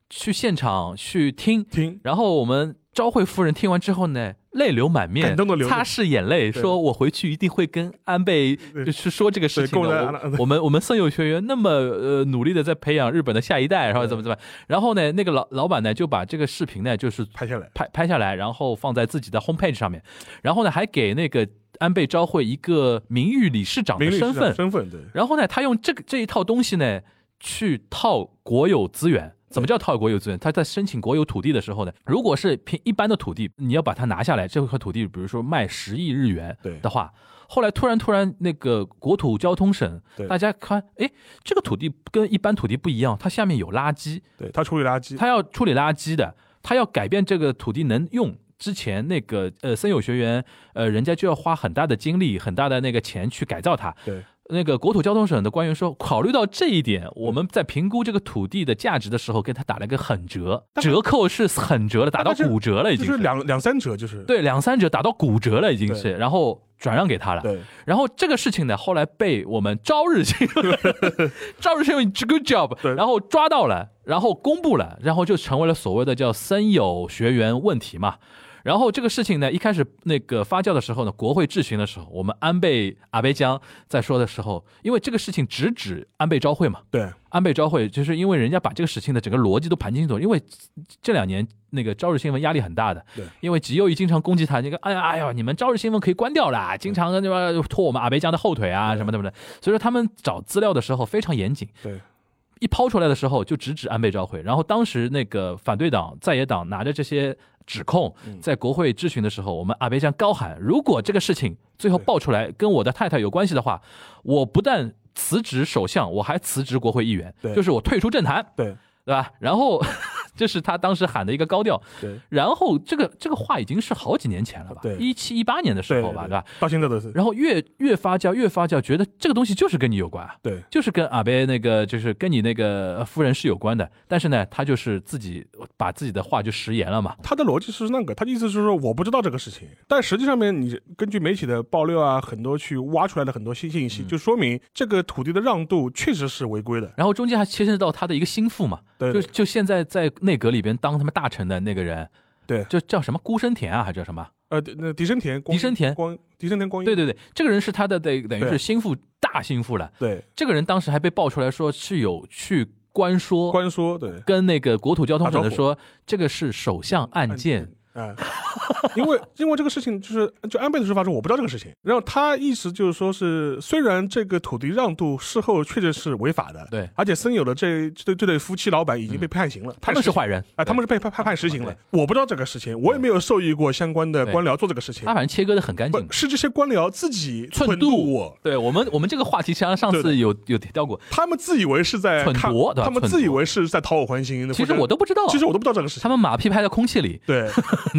Speaker 2: 去现场去听，
Speaker 3: 听
Speaker 2: 然后我们昭惠夫人听完之后呢，泪流满面
Speaker 3: 感，动的流
Speaker 2: 擦
Speaker 3: 泪，
Speaker 2: 拭眼泪，
Speaker 3: 对
Speaker 2: 说我回去一定会跟安倍
Speaker 3: 对
Speaker 2: 就是说这个事情
Speaker 3: 对跟
Speaker 2: 的。
Speaker 3: 我的
Speaker 2: 我我们我们森友学员那么呃努力的在培养日本的下一代，然后
Speaker 3: 对
Speaker 2: 怎么怎么，然后呢，那个老老板呢就把这个视频呢就是
Speaker 3: 拍下来，
Speaker 2: 拍拍下来，然后放在自己的 homepage 上面，然后呢还给那个安倍昭惠一个名誉理事长
Speaker 3: 名
Speaker 2: 的
Speaker 3: 利
Speaker 2: 身份，
Speaker 3: 身份对。
Speaker 2: 然后呢，他用这个这一套东西呢，去套国有资源。怎么叫套国有资源？他在申请国有土地的时候呢，如果是凭一般的土地，你要把它拿下来，这块土地，比如说卖十亿日元
Speaker 3: 对
Speaker 2: 的话，后来突然突然那个国土交通省
Speaker 3: 对，
Speaker 2: 大家看，哎，这个土地跟一般土地不一样，它下面有垃圾，
Speaker 3: 对他处理垃圾，
Speaker 2: 他要处理垃圾的，他要改变这个土地能用。之前那个呃森友学员，呃，人家就要花很大的精力、很大的那个钱去改造它。
Speaker 3: 对，
Speaker 2: 那个国土交通省的官员说，考虑到这一点，我们在评估这个土地的价值的时候，给他打了个狠折，
Speaker 3: 大概
Speaker 2: 折扣是很折了，打到
Speaker 3: 大概是
Speaker 2: 骨折了已
Speaker 3: 就
Speaker 2: 经
Speaker 3: 是
Speaker 2: 是，
Speaker 3: 两两三折，就是
Speaker 2: 对，两三折打到骨折了已经
Speaker 3: 对
Speaker 2: 是，然后转让给他了。
Speaker 3: 对
Speaker 2: 然后这个事情呢，后来被我们朝日新闻， [LAUGHS] 朝日新闻 good job，
Speaker 3: 对
Speaker 2: 然后抓到了，然后公布了，然后就成为了所谓的叫“森友学员问题”嘛。然后这个事情呢，一开始那个发酵的时候呢，国会质询的时候，我们安倍阿倍江在说的时候，因为这个事情直指安倍昭惠嘛，
Speaker 3: 对
Speaker 2: 安倍昭惠就是因为人家把这个事情的整个逻辑都盘清楚，因为这两年那个朝日新闻压力很大的，
Speaker 3: 对，
Speaker 2: 因为吉右一经常攻击他，那个哎呀哎呀，你们朝日新闻可以关掉啦，经常那边拖我们阿贝江的后腿啊什么什么的，所以说他们找资料的时候非常严谨，
Speaker 3: 对，
Speaker 2: 一抛出来的时候就直指安倍昭惠，然后当时那个反对党在野党拿着这些指控
Speaker 3: 嗯，
Speaker 2: 在国会质询的时候，我们阿贝江高喊，如果这个事情最后爆出来跟我的太太有关系的话，我不但辞职首相，我还辞职国会议员
Speaker 3: 对，
Speaker 2: 就是我退出政坛，
Speaker 3: 对
Speaker 2: 对吧？然后 [LAUGHS] 这是他当时喊的一个高调，
Speaker 3: 对
Speaker 2: 然后这个这个话已经是好几年前了吧？
Speaker 3: 对
Speaker 2: 一七一八年的时
Speaker 3: 对
Speaker 2: 候吧，
Speaker 3: 对
Speaker 2: 对吧？
Speaker 3: 到现在都是
Speaker 2: 然后越越发酵，越发酵，觉得这个东西就是跟你有关啊，
Speaker 3: 对
Speaker 2: 就是跟阿贝那个，就是跟你那个呃夫人是有关的。但是呢，他就是自己把自己的话就食言了嘛。
Speaker 3: 他的逻辑是那个，他的意思是说我不知道这个事情，但实际上面你根据媒体的爆料啊，很多去挖出来的很多新信
Speaker 2: 嗯
Speaker 3: 息，就说明这个土地的让渡确实是违规的。
Speaker 2: 然后中间还牵涉到他的一个心腹嘛，
Speaker 3: 对
Speaker 2: 就就现在在内阁里边当他们大臣的那个人，
Speaker 3: 对
Speaker 2: 就叫什么孤生田啊，还叫什么？
Speaker 3: 呃，那迪生田光
Speaker 2: 迪生田
Speaker 3: 光迪生田光一
Speaker 2: 对对对，这个人是他的等等于
Speaker 3: 对
Speaker 2: 是心腹大心腹了。
Speaker 3: 对
Speaker 2: 这个人当时还被爆出来说是有去官说，
Speaker 3: 官说对
Speaker 2: 跟那个国土交通省
Speaker 3: 打
Speaker 2: 的
Speaker 3: 招呼
Speaker 2: 说，这个是首相案件，
Speaker 3: 啊，因为因为这个事情就是就安倍的说法是我不知道这个事情，然后他意思就是说是虽然这个土地让渡事后确实是违法的，
Speaker 2: 对嗯
Speaker 3: 而且森友的这这对这对夫妻老板已经被判刑了，
Speaker 2: 他
Speaker 3: 判
Speaker 2: 们
Speaker 3: 十
Speaker 2: 是坏人
Speaker 3: 啊，他们
Speaker 2: 对
Speaker 3: 是被判判判实刑了。我不知道这个事情，我也没有受益过相关的
Speaker 2: 对
Speaker 3: 官僚做这个事情
Speaker 2: 他，反正切割的很干
Speaker 3: 不
Speaker 2: 净。
Speaker 3: 是这些官僚自己
Speaker 2: 寸
Speaker 3: 吞
Speaker 2: 度
Speaker 3: 我。
Speaker 2: 对我们，我们这个话题上上
Speaker 3: 对的
Speaker 2: 次有有提到过，
Speaker 3: 他们自以为是在
Speaker 2: 篡
Speaker 3: 看
Speaker 2: 夺对吧
Speaker 3: 他们
Speaker 2: 篡
Speaker 3: 自以
Speaker 2: 夺
Speaker 3: 为是在讨我欢心。
Speaker 2: 其实
Speaker 3: 或者
Speaker 2: 我都不知道，啊
Speaker 3: 其实我都不知道这个事
Speaker 2: 他
Speaker 3: 情。
Speaker 2: 们马屁拍在空气里， [LAUGHS]
Speaker 3: 对，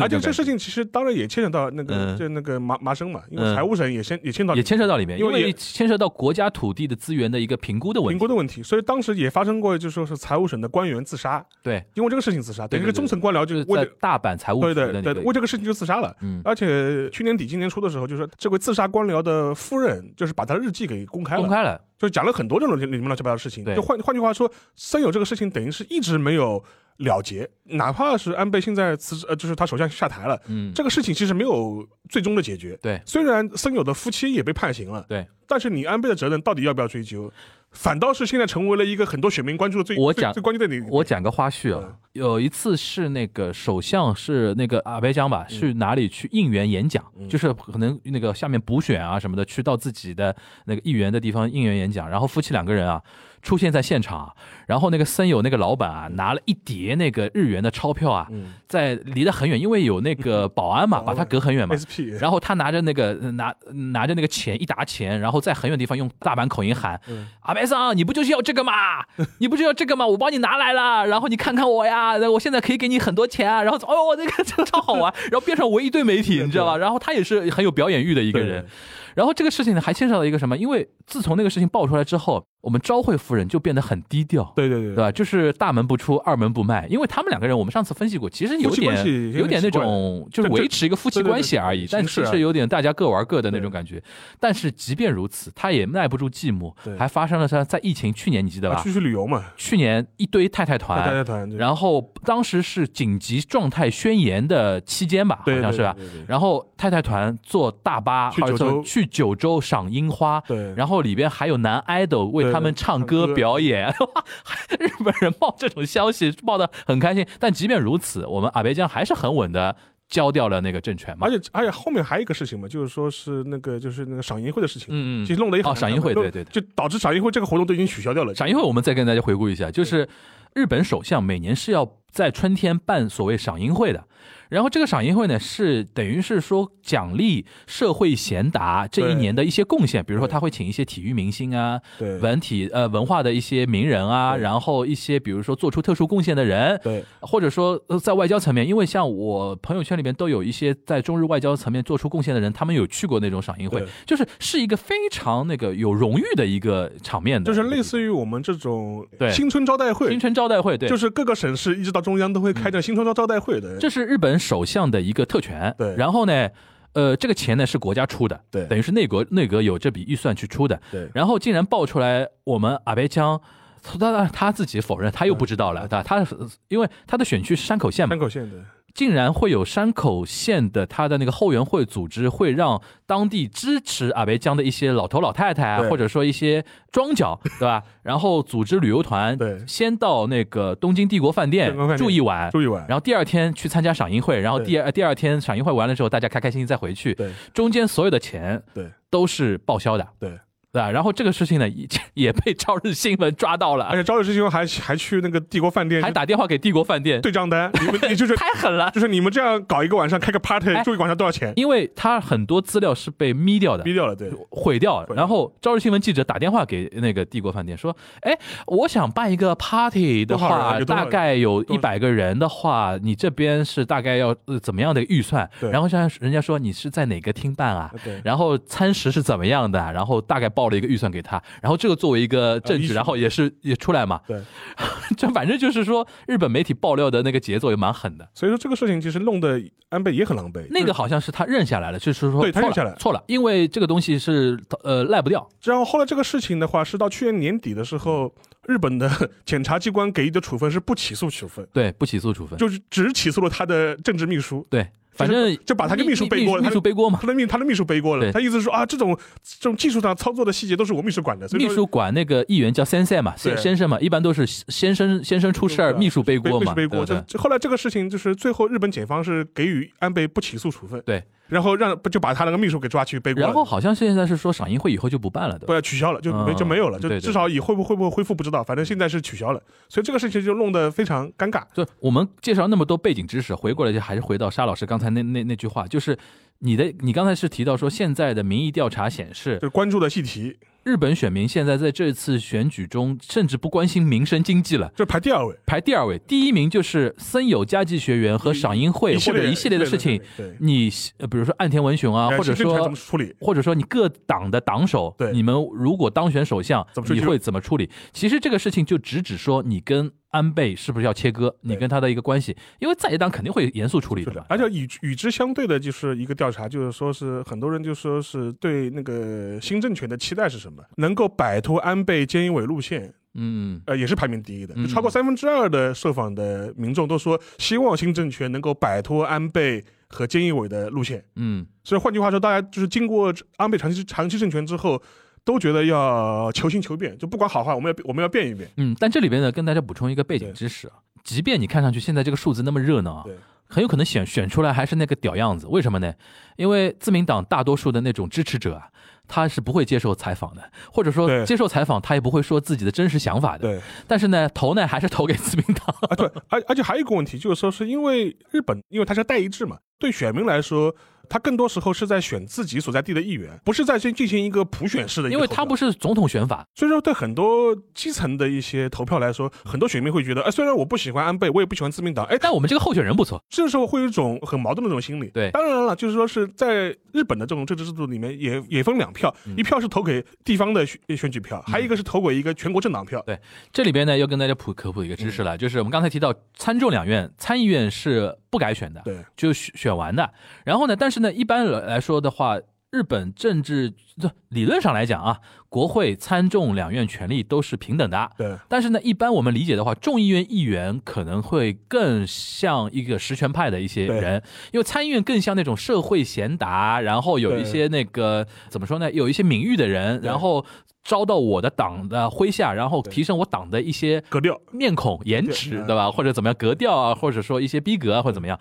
Speaker 3: 而且
Speaker 2: 种
Speaker 3: 这事情其实当然也牵扯到那个，
Speaker 2: 嗯
Speaker 3: 就那个麻麻生嘛，因为
Speaker 2: 嗯
Speaker 3: 财务省也牵也牵扯到
Speaker 2: 也牵涉到里面，
Speaker 3: 因
Speaker 2: 因
Speaker 3: 为也
Speaker 2: 为牵涉到国家土地的资源的一个评估的问
Speaker 3: 评
Speaker 2: 题
Speaker 3: 估。的问题，所以当时也发生过，就是说是财务省的官员自杀，
Speaker 2: 对，
Speaker 3: 因为这个事情自杀，
Speaker 2: 对对
Speaker 3: 等于一个
Speaker 2: 对
Speaker 3: 中层官僚
Speaker 2: 就
Speaker 3: 就
Speaker 2: 是是
Speaker 3: 为
Speaker 2: 在
Speaker 3: 了。
Speaker 2: 大阪财务
Speaker 3: 对
Speaker 2: 局的
Speaker 3: 对对
Speaker 2: 那，
Speaker 3: 为
Speaker 2: 个，
Speaker 3: 这个事情就自杀了。
Speaker 2: 嗯
Speaker 3: 而且去年底今年初的时候，就是这位自杀官僚的夫人，就是把他的日记给公开了，
Speaker 2: 公开了，
Speaker 3: 就讲了很多这种里面乱七八糟的事情。
Speaker 2: 对
Speaker 3: 就换换句话说，森友这个事情等于是一直没有了结，哪怕是安倍现在辞职，呃，就是他首相下台了，
Speaker 2: 嗯，
Speaker 3: 这个事情其实没有最终的解决。
Speaker 2: 对
Speaker 3: 虽然森友的夫妻也被判刑了，
Speaker 2: 对，
Speaker 3: 但是你安倍的责任到底要不要追究，反倒是现在成为了一个很多选民关注的最
Speaker 2: 我
Speaker 3: 最
Speaker 2: 讲
Speaker 3: 最关键的点。
Speaker 2: 我讲个花絮
Speaker 3: 嗯
Speaker 2: 啊，有一次是那个首相是那个阿贝江
Speaker 3: 嗯
Speaker 2: 吧，去哪里去应援演讲，就是可能那个下面补选啊什么的，去到自己的那个议员的地方应援演讲，然后夫妻两个人啊出现在现场啊，然后那个森友那个老板
Speaker 3: 嗯
Speaker 2: 啊拿了一叠那个日元的钞票啊，在离得很远，因为有那个保安嘛，
Speaker 3: 保
Speaker 2: 把
Speaker 3: 安
Speaker 2: 他隔很远嘛。
Speaker 3: SP
Speaker 2: 然后他拿着那个呃拿拿着那个钱一沓钱，然后在很远地方用大阪口音喊：“阿白桑，你不就是要这个吗？ [LAUGHS] 你不就要这个吗？我帮你拿来了，然后你看看我呀，我现在可以给你很多钱啊。”然后哦，那个这个超好玩， [LAUGHS] 然后边上围一堆媒体，你知道吧？然后他也是很有表演欲的一个人
Speaker 3: 对。
Speaker 2: 然后这个事情呢，还牵扯到一个什么？因为自从那个事情爆出来之后，我们昭惠夫人就变得很低调。
Speaker 3: 对对对
Speaker 2: 对吧？就是大门不出，二门不迈，因为他们两个人，我们上次分析过，其实有
Speaker 3: 夫妻关
Speaker 2: 点
Speaker 3: 系
Speaker 2: 有点
Speaker 3: 有点奇
Speaker 2: 那
Speaker 3: 怪
Speaker 2: 种，就是
Speaker 3: 这
Speaker 2: 维持一个夫妻
Speaker 3: 对对对
Speaker 2: 关系而已，但
Speaker 3: 形式
Speaker 2: 其
Speaker 3: 啊
Speaker 2: 实有点大家各玩各的那
Speaker 3: 对
Speaker 2: 种感觉。但是即便如此，他也耐不住寂寞
Speaker 3: 对，
Speaker 2: 还发生了在在疫情去年你记得
Speaker 3: 啊
Speaker 2: 吧？
Speaker 3: 出去旅游嘛，
Speaker 2: 去年一堆太太
Speaker 3: 带
Speaker 2: 团，
Speaker 3: 大家团，
Speaker 2: 然后当时是紧急状态宣言的期间吧，好
Speaker 3: 对
Speaker 2: 像是吧？
Speaker 3: 对对对对
Speaker 2: 然后太太团坐大巴
Speaker 3: 去
Speaker 2: 哈尔
Speaker 3: 九州
Speaker 2: 滨去九州赏樱花，
Speaker 3: 对
Speaker 2: 然后里边还有男 idol 为
Speaker 3: 对
Speaker 2: 他们唱
Speaker 3: 唱
Speaker 2: 歌
Speaker 3: 歌
Speaker 2: 表演， [LAUGHS] 哇日本人报这种消息报的很开心。但即便如此，我们阿贝江还是很稳的交掉了那个政权嘛
Speaker 3: 而。且而且后面还有一个事情嘛，就是说是那个就是那个赏樱会的事情，
Speaker 2: 嗯嗯
Speaker 3: 其实弄得也很
Speaker 2: 哦赏樱会
Speaker 3: 弄
Speaker 2: 对对对
Speaker 3: 就导致赏樱会这个活动都已经取消掉了。
Speaker 2: 赏樱会我们再跟大家回顾一下，就是日本首相每年是要在春天办所谓赏樱会的。然后这个赏樱会呢，是等于是说奖励社会贤达这一年的一些贡献，比如说他会请一些体育明星啊，
Speaker 3: 对
Speaker 2: 文体呃文化的一些名人啊，
Speaker 3: 对
Speaker 2: 然后一些比如说做出特殊贡献的人，
Speaker 3: 对
Speaker 2: 或者说呃在外交层面，因为像我朋友圈里面都有一些在中日外交层面做出贡献的人，他们有去过那种赏樱会
Speaker 3: 对，
Speaker 2: 就是是一个非常那个有荣誉的一个场面的，
Speaker 3: 就是类似于我们这种
Speaker 2: 对
Speaker 3: 新春招待
Speaker 2: 新
Speaker 3: 会，
Speaker 2: 春招待会，对，嗯
Speaker 3: 就是各个省市一直到中央都会开展新春招招待会的。
Speaker 2: 这是日本首相的一个特权。
Speaker 3: 对
Speaker 2: 然后呢，呃，这个钱呢是国家出的，
Speaker 3: 对
Speaker 2: 等于是内阁内阁有这笔预算去出的。
Speaker 3: 对
Speaker 2: 然后竟然爆出来，我们阿贝江，他他他自己否认，他又不知道了，对吧？他因为他的选区是山口县嘛
Speaker 3: 山，口县的，
Speaker 2: 竟然会有山口县的他的那个后援会组织，会让当地支持阿贝江的一些老头老太太啊，
Speaker 3: 对
Speaker 2: 或者说一些庄脚，对
Speaker 3: [LAUGHS]
Speaker 2: 吧？然后组织旅游团，
Speaker 3: 对
Speaker 2: 先到那个东京帝国饭店
Speaker 3: 东京饭店
Speaker 2: 住一晚，
Speaker 3: 注意完，
Speaker 2: 然后第二天去参加赏樱会，然后第二第二天赏樱会完了之后，大家开开心心再回去，
Speaker 3: 对
Speaker 2: 中间所有的钱
Speaker 3: 对
Speaker 2: 都是报销的，
Speaker 3: 对。
Speaker 2: 对吧？然后这个事情呢，也 [LAUGHS] 也被朝日新闻抓到
Speaker 3: 而 [LAUGHS]
Speaker 2: 了，
Speaker 3: 且招惹之前还还去那个帝国饭店
Speaker 2: 还打电话给帝国饭店，
Speaker 3: 对
Speaker 2: [LAUGHS]
Speaker 3: 账单，你们你就是。
Speaker 2: 太狠了
Speaker 3: [LAUGHS] 就是你们这样搞一个晚上，开个 party，
Speaker 2: 哎
Speaker 3: 住一晚上多少钱？
Speaker 2: 因为他很多资料是被眯掉的
Speaker 3: 逼，掉了，对
Speaker 2: 毁掉了。
Speaker 3: 毁掉
Speaker 2: 然后朝日新闻记者打电话给那个帝国饭店说：“哎，我想办一个 party 的
Speaker 3: 多少
Speaker 2: 话，
Speaker 3: 人有多少
Speaker 2: 大
Speaker 3: 人
Speaker 2: 概有
Speaker 3: 多
Speaker 2: 一
Speaker 3: 少
Speaker 2: 百个人的话，你这边是大概要、呃、怎么样的预算？”
Speaker 3: 对
Speaker 2: 然后像人家说你是在哪个厅办啊？
Speaker 3: 对。
Speaker 2: 然后餐食是怎么样的？然后大概报了一个预算给他，然后这个作为一个证
Speaker 3: 依
Speaker 2: 据，
Speaker 3: 据
Speaker 2: 然后也是也出来嘛。
Speaker 3: 对，
Speaker 2: [LAUGHS] 这反正就是说，日本媒体爆料的那个节奏也蛮狠的。
Speaker 3: 所以说这个事情其实弄得安倍也很狼狈。
Speaker 2: 那
Speaker 3: 就
Speaker 2: 个
Speaker 3: 是，
Speaker 2: 好像是他认下来了，就是说
Speaker 3: 对他
Speaker 2: 错
Speaker 3: 认下
Speaker 2: 了
Speaker 3: 来了
Speaker 2: 错了，因为这个东西是呃赖不掉。
Speaker 3: 然后后来这个事情的话，是到去年年底的时候，日本的 [LAUGHS] 检察机关给予的处分是不起诉处分，
Speaker 2: 对，不起诉处分。
Speaker 3: 就是只起诉了他的政治秘书，
Speaker 2: 对，反正
Speaker 3: 就把他跟秘书背锅了
Speaker 2: 秘
Speaker 3: 他
Speaker 2: 书背锅嘛。
Speaker 3: 他的秘他的秘书背锅了。
Speaker 2: 对
Speaker 3: 他意思是说啊，这种这种技术上操作的细节都是我秘书管的，所以
Speaker 2: 秘
Speaker 3: 说
Speaker 2: 书管那个议员叫先生嘛，
Speaker 3: 对
Speaker 2: 先先生嘛，一般都是先生先生出事儿，
Speaker 3: 对
Speaker 2: 秘书背
Speaker 3: 背
Speaker 2: 锅嘛，
Speaker 3: 背锅。
Speaker 2: 对
Speaker 3: 这
Speaker 2: 不对
Speaker 3: 这后来这个事情就是最后日本检方是给予安倍不起诉处分，
Speaker 2: 对，
Speaker 3: 然后让就把他那个秘书给抓去背锅了。
Speaker 2: 然后好像现在是说赏樱会以后就不办了，对
Speaker 3: 不
Speaker 2: 吧？
Speaker 3: 要取消了，就没
Speaker 2: 嗯
Speaker 3: 就没有了，就
Speaker 2: 对对
Speaker 3: 至少以会不会不会恢复不知道，反正现在是取消了，所以这个事情就弄得非常尴尬。
Speaker 2: 就我们介绍那么多背景知识，回过来就还是回到沙老师刚才那那那句话，就是你的你刚才是提到说现在的民意调查显示，
Speaker 3: 就关注的议题，
Speaker 2: 日本选民现在在这次选举中甚至不关心民生经济了。
Speaker 3: 就排第二位，
Speaker 2: 排第二位，第一名就是森友加计学员和赏樱会
Speaker 3: 一
Speaker 2: 或者一系列的事情，，
Speaker 3: 对，
Speaker 2: 你呃比如说岸田文雄啊，
Speaker 3: 然后
Speaker 2: 或者
Speaker 3: 行政
Speaker 2: 说
Speaker 3: 怎么处理？
Speaker 2: 或者说你各党的党首，
Speaker 3: 对
Speaker 2: 你们如果当选首相
Speaker 3: 怎么，处理
Speaker 2: 你会怎么处理？其实这个事情就直指说你跟安倍是不是要切割，你跟他的一个关系，因为在野党肯定会严肃处理
Speaker 3: 是
Speaker 2: 的
Speaker 3: 的嗯
Speaker 2: 嘛，。
Speaker 3: 而且与与之相对的就是一个调查，就是说是很多人就说是对那个新政权的期待是什么？能够摆脱安倍菅义伟路线，
Speaker 2: 嗯，
Speaker 3: 呃，也是排名第一的，
Speaker 2: 嗯
Speaker 3: 就超过三分之二的受访的民众都说希望新政权能够摆脱安倍和菅义伟的路线。
Speaker 2: 嗯，
Speaker 3: 所以换句话说，大家就是经过安倍长期长期政权之后，都觉得要求新求变，就不管好坏，我们要我们要变一变。
Speaker 2: 嗯，但这里边呢，跟大家补充一个背景
Speaker 3: 对
Speaker 2: 知识啊，即便你看上去现在这个数字那么热闹啊
Speaker 3: 对，
Speaker 2: 很有可能选选出来还是那个屌样子，为什么呢？因为自民党大多数的那种支持者啊，他是不会接受采访的，或者说
Speaker 3: 对
Speaker 2: 接受采访他也不会说自己的真实想法的。
Speaker 3: 对，
Speaker 2: 但是呢，投呢还是投给自民党。
Speaker 3: 啊对，而而且还有一个问题，就是说是因为日本，因为它是代议制嘛，对选民来说，他更多时候是在选自己所在地的议员，不是在进进行一个普选式的一
Speaker 2: [LAUGHS]
Speaker 3: 个
Speaker 2: 因
Speaker 3: 投票。
Speaker 2: 为他不是总统选法，
Speaker 3: 所以说，对很多基层的一些投票来说，很多选民会觉得，哎，虽然我不喜欢安倍，我也不喜欢自民党，哎，
Speaker 2: 但我们这个候选人不错。
Speaker 3: 这时候会有一种很矛盾的这种心理。
Speaker 2: 对
Speaker 3: 当然了，就是说是在日本的这种政治制度里面也，也分两票，
Speaker 2: 嗯
Speaker 3: 一票是投给地方的选选举票，还有一个是投给一个全国政党票。
Speaker 2: 这里边呢，要跟大家普科普一个知识
Speaker 3: 嗯
Speaker 2: 了，就是我们刚才提到参众两院，参议院是不改选的，
Speaker 3: 对，
Speaker 2: 就选选完的。然后呢，但是呢，一般来说的话，日本政治这理论上来讲啊，国会参众两院权力都是平等的。
Speaker 3: 对
Speaker 2: 但是呢，一般我们理解的话，众议院议员可能会更像一个实权派的一些人，因为参议院更像那种社会贤达，然后有一些那个怎么说呢，有一些名誉的人，
Speaker 3: 对
Speaker 2: 然后招到我的党的麾下，然后
Speaker 3: 对
Speaker 2: 提升我党的一些
Speaker 3: 格调
Speaker 2: 面孔、颜值，
Speaker 3: 对嗯
Speaker 2: 对吧？或者怎么样格调啊，或者说一些逼格啊，或者怎么样。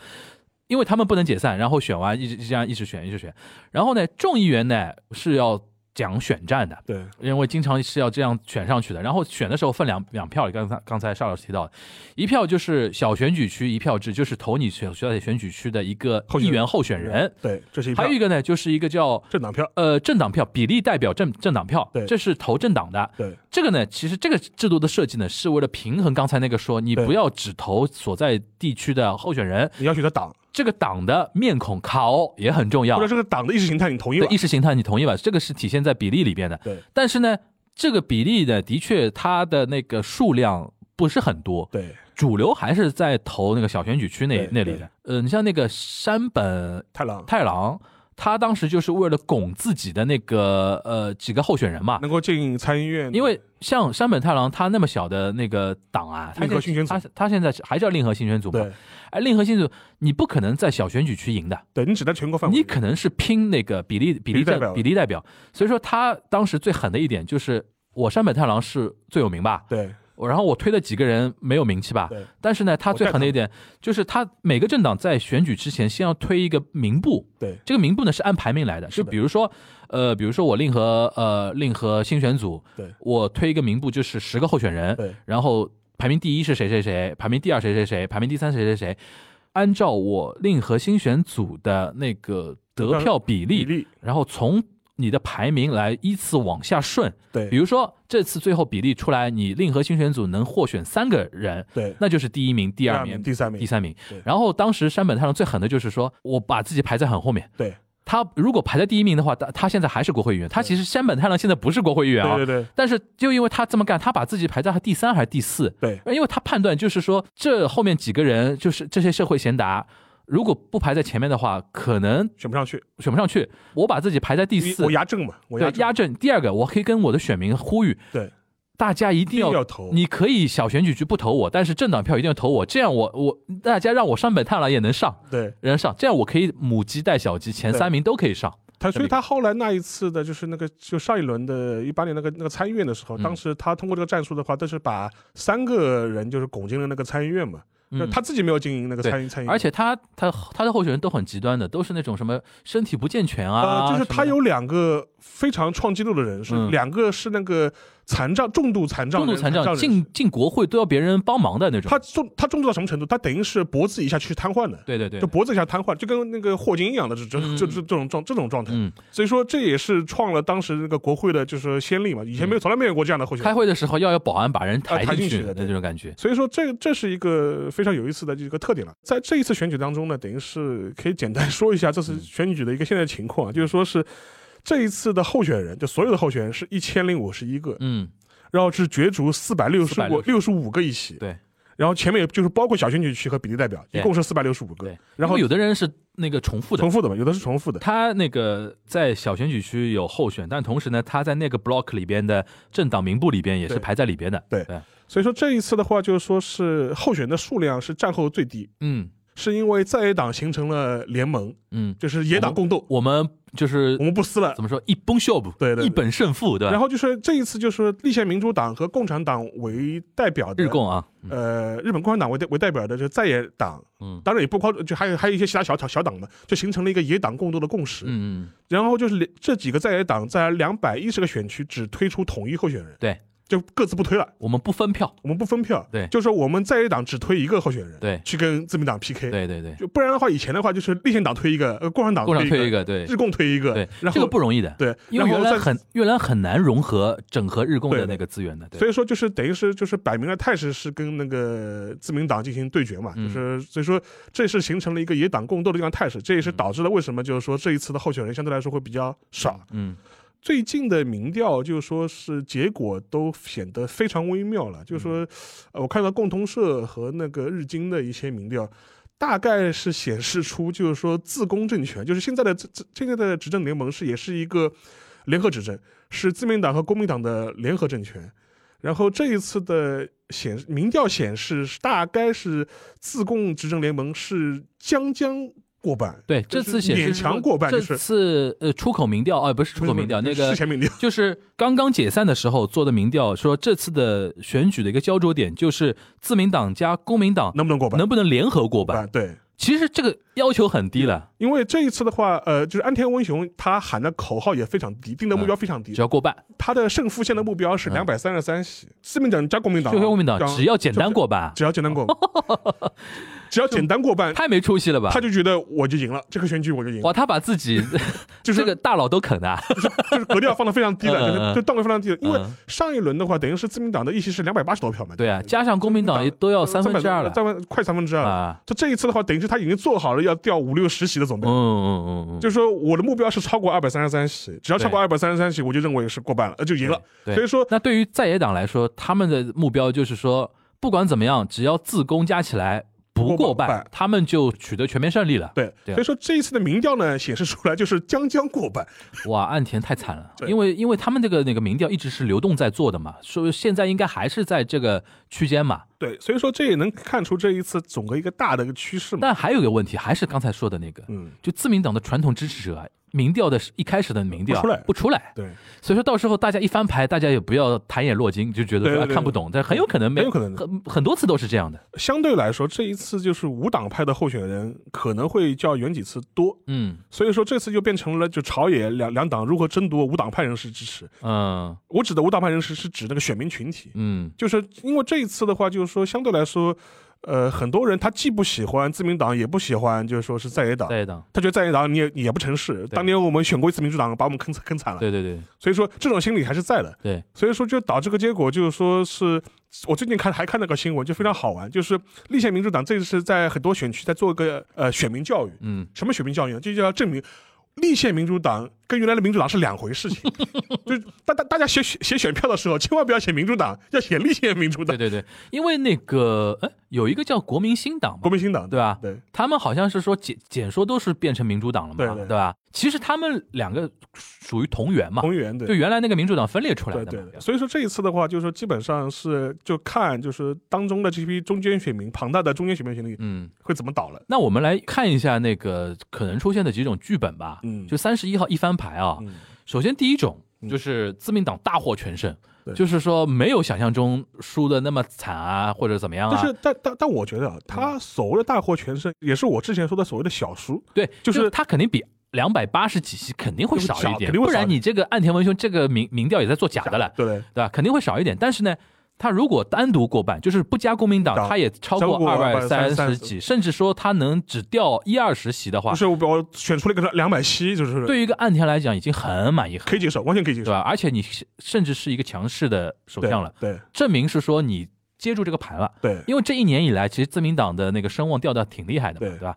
Speaker 2: 因为他们不能解散，然后选完一直这样一直选一直选，然后呢，众议员呢是要讲选战的，
Speaker 3: 对，
Speaker 2: 因为经常是要这样选上去的。然后选的时候分两两票，刚才刚才邵老师提到的，一票就是小选举区一票制，就是投你所在选举区的一个
Speaker 3: 候选
Speaker 2: 议
Speaker 3: 人
Speaker 2: 员候选人。
Speaker 3: 对，这是一票
Speaker 2: 还有一个呢，就是一个叫
Speaker 3: 政党票，
Speaker 2: 呃政党票，比例代表政政党票
Speaker 3: 对，
Speaker 2: 这是投政党的。
Speaker 3: 对
Speaker 2: 这个呢，其实这个制度的设计呢，是为了平衡刚才那个说，你
Speaker 3: 对
Speaker 2: 不要只投所在地区的候选人，
Speaker 3: 你要选择党，
Speaker 2: 这个党的面孔考也很重要
Speaker 3: 或者。这个党的意识形态，你同意
Speaker 2: 对
Speaker 3: 吧
Speaker 2: 意？识形态，你同意吧？这个是体现在比例里边的。
Speaker 3: 对
Speaker 2: 但是呢，这个比例呢，的确它的那个数量不是很多，
Speaker 3: 对，
Speaker 2: 主流还是在投那个小选举区那
Speaker 3: 对
Speaker 2: 那里
Speaker 3: 对
Speaker 2: 的。呃，你像那个山本
Speaker 3: 太郎
Speaker 2: 太郎，他当时就是为了拱自己的那个呃几个候选人嘛，
Speaker 3: 能够进参议院，
Speaker 2: 因为像山本太郎他那么小的那个党啊，他
Speaker 3: 令和新选组
Speaker 2: 他他现在还叫令和新选组嘛？
Speaker 3: 对
Speaker 2: 哎，令和新选组你不可能在小选举区赢的，
Speaker 3: 对，你只在全国范围，
Speaker 2: 你可能是拼那个比例比
Speaker 3: 例
Speaker 2: 例
Speaker 3: 代表
Speaker 2: 比例代表。所以说他当时最狠的一点就是，我山本太郎是最有名吧，
Speaker 3: 对
Speaker 2: 我然后我推的几个人没有名气吧，
Speaker 3: 对
Speaker 2: 但是呢，他最狠的一点就是他每个政党在选举之前先要推一个名簿。
Speaker 3: 对
Speaker 2: 这个名簿呢是按排名来的，
Speaker 3: 是
Speaker 2: 就
Speaker 3: 的
Speaker 2: 比如说，呃，比如说我令和呃令和新选组，
Speaker 3: 对
Speaker 2: 我推一个名簿，就是十个候选人，
Speaker 3: 对
Speaker 2: 然后排名第一是谁谁谁，排名第二谁谁谁，排名第三谁谁谁，按照我令和新选组的那个得票比
Speaker 3: 比
Speaker 2: 例，
Speaker 3: 例
Speaker 2: 然后从你的排名来依次往下顺。
Speaker 3: 对
Speaker 2: 比如说这次最后比例出来，你令和新选组能获选三个人，
Speaker 3: 对
Speaker 2: 那就是第一名、第
Speaker 3: 第
Speaker 2: 二名、
Speaker 3: 第三名
Speaker 2: 第，三名
Speaker 3: 对。
Speaker 2: 然后当时山本太郎最狠的就是说，我把自己排在很后面。
Speaker 3: 对
Speaker 2: 他如果排在第一名的话，他他现在还是国会议员。他其实山本太郎现在不是国会议员啊
Speaker 3: 对，对对
Speaker 2: 但是就因为他这么干，他把自己排在第三还是第四，
Speaker 3: 对
Speaker 2: 因为他判断就是说，这后面几个人就是这些社会贤达，如果不排在前面的话，可能
Speaker 3: 选不上去，
Speaker 2: 选不上去。我把自己排在第四
Speaker 3: 我，压正嘛，我
Speaker 2: 对
Speaker 3: 正
Speaker 2: 压阵。第二个，我可以跟我的选民呼吁，
Speaker 3: 对，
Speaker 2: 大家一
Speaker 3: 一
Speaker 2: 定
Speaker 3: 定
Speaker 2: 要。
Speaker 3: 要投，
Speaker 2: 你可以小选举区不投我，但是政党票一定要投我，这样我我大家让我上本太郎也能上，
Speaker 3: 对
Speaker 2: 能上，这样我可以母鸡带小鸡，前
Speaker 3: 对
Speaker 2: 三名都可以上。
Speaker 3: 他，所以他后来那一次的，就是那个就上一轮的一八年那个那个参议院的时候，
Speaker 2: 嗯
Speaker 3: 当时他通过这个战术的话，都是把三个人就是拱进了那个参议院嘛，就
Speaker 2: 嗯
Speaker 3: 他自己没有进那个参议参议院，
Speaker 2: 而且他他他的候选人都很极端的，都是那种什么身体不健全啊，
Speaker 3: 呃，就是
Speaker 2: 什么
Speaker 3: 他
Speaker 2: 的
Speaker 3: 有两个非常创纪录的人，是
Speaker 2: 嗯
Speaker 3: 两个是那个残障重度残障
Speaker 2: 重
Speaker 3: 人
Speaker 2: 度残障，
Speaker 3: 人
Speaker 2: 进进国会都要别人帮忙的那种。
Speaker 3: 他重他重度到什么程度？他等于是脖子以下去瘫痪的，
Speaker 2: 对对对
Speaker 3: 就，脖子以下瘫痪，就跟那个霍金一样的，这这
Speaker 2: 嗯
Speaker 3: 这这这种状这种状态。
Speaker 2: 嗯，
Speaker 3: 所以说这也是创了当时那个国会的就是先例嘛，以
Speaker 2: 嗯
Speaker 3: 前没有从来没有过这样的候选
Speaker 2: 开
Speaker 3: 人。
Speaker 2: 会的时候要有保安把人
Speaker 3: 啊
Speaker 2: 抬
Speaker 3: 抬进
Speaker 2: 进去
Speaker 3: 去的
Speaker 2: 的
Speaker 3: 对
Speaker 2: 那种感觉。
Speaker 3: 所以说这这是一个非常有意思的一个特点了。在这一次选举当中呢，等于是 [LAUGHS] 可以简单说一下这
Speaker 2: 嗯
Speaker 3: 次选举的一个现在情况啊，就是说是这一次的候选人，就所有的候选人是一千零五十一个，
Speaker 2: 嗯，
Speaker 3: 然后是角逐四百六十五
Speaker 2: 465
Speaker 3: 六十五个议席，
Speaker 2: 对。
Speaker 3: 然后前面有就是包括小选举区和比例代表，一
Speaker 2: 对
Speaker 3: 共是四百六十五个
Speaker 2: 对。
Speaker 3: 然后
Speaker 2: 因为有的人是那个重复的
Speaker 3: 重。复的嘛，有的是重复的。
Speaker 2: 他那个在小选举区有候选，但同时呢，他在那个 block 里边的政党名簿里边也是
Speaker 3: 对
Speaker 2: 排在里边的。
Speaker 3: 对所以说这一次的话，就是说是候选的数量是战后最低，
Speaker 2: 嗯
Speaker 3: 是因为在野党形成了联盟，
Speaker 2: 嗯，
Speaker 3: 就是野党共斗，
Speaker 2: 我们就是
Speaker 3: 我们不撕了
Speaker 2: 怎。么说一崩秀不？
Speaker 3: 对对对
Speaker 2: 一本胜负，对吧？
Speaker 3: 然后就是这一次就是立宪民主党和共产党为代表的
Speaker 2: 日共啊，嗯
Speaker 3: 呃日本共产党为代为代表的就是在野党，
Speaker 2: 嗯
Speaker 3: 当然也不包就还有还有一些其他小小小党嘛，就形成了一个野党共斗的共识。
Speaker 2: 嗯嗯，
Speaker 3: 然后就是连这几个在野党在两百一十个选区只推出统一候选人，
Speaker 2: 对，
Speaker 3: 就各自不推了，
Speaker 2: 我们不分票。
Speaker 3: 我们不分票，
Speaker 2: 对
Speaker 3: 就是我们在野党只推一个候选人，
Speaker 2: 对
Speaker 3: 去跟自民党 PK，，
Speaker 2: 对对对，
Speaker 3: 就不然的话，以前的话就是立宪党推一个，呃，共产党
Speaker 2: 共产
Speaker 3: 推
Speaker 2: 推一，个，对
Speaker 3: 日共推一个，
Speaker 2: 对，
Speaker 3: 然
Speaker 2: 这个
Speaker 3: 后
Speaker 2: 不容易的。
Speaker 3: 对，
Speaker 2: 因为
Speaker 3: 然
Speaker 2: 原
Speaker 3: 后
Speaker 2: 来
Speaker 3: 再
Speaker 2: 很原来很难融合整合日共
Speaker 3: 对
Speaker 2: 的
Speaker 3: 的
Speaker 2: 那个资源的，对
Speaker 3: 所以说就是等于是就是摆明了态势是跟那个自民党进行对决嘛，
Speaker 2: 嗯
Speaker 3: 就是所以说这是形成了一个野党共斗的这样态势，这也是
Speaker 2: 嗯
Speaker 3: 导致了为什么就是说这一次的候选人相对来说会比较少。
Speaker 2: 嗯
Speaker 3: 最近的民调就是说是结果都显得非常微妙了，就
Speaker 2: 嗯
Speaker 3: 是说，呃，我看到共同社和那个日经的一些民调。大概是显示出，就是说自公政权，就是现在的这这现在的执政联盟是也是一个联合执政，是自民党和公民党的联合政权。然后这一次的显民调显示，大概是自贡执政联盟是将将过半，
Speaker 2: 对，
Speaker 3: 就
Speaker 2: 这
Speaker 3: 是
Speaker 2: 次显示
Speaker 3: 勉强过半
Speaker 2: 这
Speaker 3: 就是
Speaker 2: 次呃出口民调，哦，不是出口民调，那
Speaker 3: 事
Speaker 2: 个哦
Speaker 3: 前民调，
Speaker 2: 就是刚刚解散的时候做的民调，说这次的选举的一个焦灼点就是自民党加公民党
Speaker 3: 能不能过半？
Speaker 2: 能不能联合过半。
Speaker 3: 啊，对
Speaker 2: 其实这个要求很低了，
Speaker 3: 因为这一次的话，呃，就是安田文雄他喊的口号也非常低，定的目标非常低
Speaker 2: 只，要过半，
Speaker 3: 他的胜负线的目标是
Speaker 2: 嗯
Speaker 3: 两百三十三席，四面党加国民党，
Speaker 2: 就跟国民党
Speaker 3: 这样
Speaker 2: 只要简单过半，
Speaker 3: 只要简单过， [LAUGHS] 只要简单过半，
Speaker 2: 太没出息了吧
Speaker 3: 他？就觉得我就赢了，这个选举我就赢，
Speaker 2: 哇，
Speaker 3: 了，
Speaker 2: 他把自己
Speaker 3: [LAUGHS] 就是
Speaker 2: 这个大佬都啃啊了，
Speaker 3: 就是格调放的非常低
Speaker 2: 嗯
Speaker 3: 了，
Speaker 2: 嗯
Speaker 3: 就
Speaker 2: 嗯
Speaker 3: 是就档位非常低了，因为
Speaker 2: 嗯
Speaker 3: 上一轮的话，等于是自民党的议席是两百八十多票嘛，
Speaker 2: 对啊，加上公民党也都要三分之二了
Speaker 3: 嗯三分快三分之二了。
Speaker 2: 啊，
Speaker 3: 就这一次的话，等于是他已经做好了要掉五六十席的准
Speaker 2: 嗯，
Speaker 3: 备
Speaker 2: 嗯嗯嗯，
Speaker 3: 就是说我的目标是超过二百三十三席，只要超过二百三十三席，我就认为是过半了，呃，就赢了。
Speaker 2: 对
Speaker 3: 所以说，
Speaker 2: 那对于在野党来说，他们的目标就是说，不管怎么样，只要自公加起来不过
Speaker 3: 不过
Speaker 2: 半
Speaker 3: 半，
Speaker 2: 他们就取得全面胜利了。
Speaker 3: 对，
Speaker 2: 对
Speaker 3: 所以说这一次的民调呢，显示出来就是将将过半。
Speaker 2: 哇，岸田太惨了，
Speaker 3: 对
Speaker 2: 因为因为他们这个那个民调一直是流动在做的嘛，所以现在应该还是在这个区间嘛。
Speaker 3: 对，所以说这也能看出这一次整个一个大的一个趋势嘛。
Speaker 2: 但还有一个问题，还是刚才说的那个，
Speaker 3: 嗯，
Speaker 2: 就自民党的传统支持者啊，民调的一开始的民调
Speaker 3: 不出来
Speaker 2: 不出来，
Speaker 3: 对，
Speaker 2: 所以说到时候大家一翻牌，大家也不要抬眼落睛，就觉得
Speaker 3: 对
Speaker 2: 说
Speaker 3: 对
Speaker 2: 啊
Speaker 3: 对
Speaker 2: 看不懂，但很有可能没
Speaker 3: 很有可能的
Speaker 2: 很很多次都是这样的。
Speaker 3: 相对来说，这一次就是无党派的候选人可能会较原几次多，
Speaker 2: 嗯
Speaker 3: 所以说这次就变成了就朝野两两党如何争夺无党派人士支持。
Speaker 2: 嗯
Speaker 3: 我指的无党派人士是指那个选民群体，
Speaker 2: 嗯，
Speaker 3: 就是因为这一次的话，就是说相对来说，呃，很多人他既不喜欢自民党，也不喜欢就是说是在野党，
Speaker 2: 在野党，
Speaker 3: 他觉得在野党你也你也不成事。当年我们选过一次民主党，把我们坑惨坑惨了，
Speaker 2: 对对对
Speaker 3: 所以说这种心理还是在的。
Speaker 2: 对，
Speaker 3: 所以说就导致个结果就是说是。我最近看还看到个新闻，就非常好玩，就是立宪民主党这次在很多选区在做个呃选民教育，
Speaker 2: 嗯，
Speaker 3: 什么选民教育呢？就叫证明立宪民主党跟原来的民主党是两回事情。 [LAUGHS] 就是大大大家写写选票的时候，千万不要写民主党，要写立宪民主党
Speaker 2: 对、对对，因为那个哎有一个叫国民新党嘛
Speaker 3: 国，民新党，
Speaker 2: 对啊吧？
Speaker 3: 对
Speaker 2: 他们好像是说简简说都是变成民主党了嘛，
Speaker 3: 对对
Speaker 2: 吧？其实他们两个属于同源嘛，
Speaker 3: 同源
Speaker 2: 就
Speaker 3: 对。
Speaker 2: 原来那个民主党分裂出来
Speaker 3: 对
Speaker 2: 的
Speaker 3: 对
Speaker 2: 嘛，，啊
Speaker 3: 所以说这一次的话，就是说基本上是就看就是当中的这批中间选民，庞大的中间选民群体
Speaker 2: 嗯。
Speaker 3: 会怎么倒了。
Speaker 2: 那我们来看一下那个可能出现的几种剧本吧。
Speaker 3: 嗯
Speaker 2: 啊就三十一号一翻牌啊，
Speaker 3: 嗯
Speaker 2: 首先第一种
Speaker 3: 嗯
Speaker 2: 就是自民党大获全胜，
Speaker 3: 对
Speaker 2: 就是说没有想象中输的那么惨啊，或者怎么样
Speaker 3: 但
Speaker 2: 啊嗯
Speaker 3: 是。但但但我觉得啊，他所谓的大获全胜，也是我之前说的所谓的小输。
Speaker 2: 对，
Speaker 3: 就是
Speaker 2: 他肯定比。两百八十几席肯定会少一
Speaker 3: 少
Speaker 2: 点，
Speaker 3: 肯定会
Speaker 2: 不
Speaker 3: 少
Speaker 2: 然你这个岸田文雄这个民民调也在做假的了，
Speaker 3: 对，
Speaker 2: 对吧？肯定会少一点。但是呢，他如果单独过半，就是不加国民党，
Speaker 3: 党
Speaker 2: 他也超
Speaker 3: 超
Speaker 2: 过
Speaker 3: 过
Speaker 2: 二百三十
Speaker 3: 230
Speaker 2: 几，甚至说他能只掉一二十席的话
Speaker 3: 就，是我我选出了一个两百七，就是
Speaker 2: 对于一个岸田来讲已经很满意，很
Speaker 3: 可以接受，完全可以接
Speaker 2: 对
Speaker 3: 受。
Speaker 2: 吧？而且你是甚至是一个强势的啊首
Speaker 3: 对
Speaker 2: 相了，
Speaker 3: 对
Speaker 2: 证明是说你接住这个盘了。
Speaker 3: 对
Speaker 2: 因为这一年以来，其实自民党的那个声望掉的挺厉害的嘛，
Speaker 3: 对
Speaker 2: 对吧？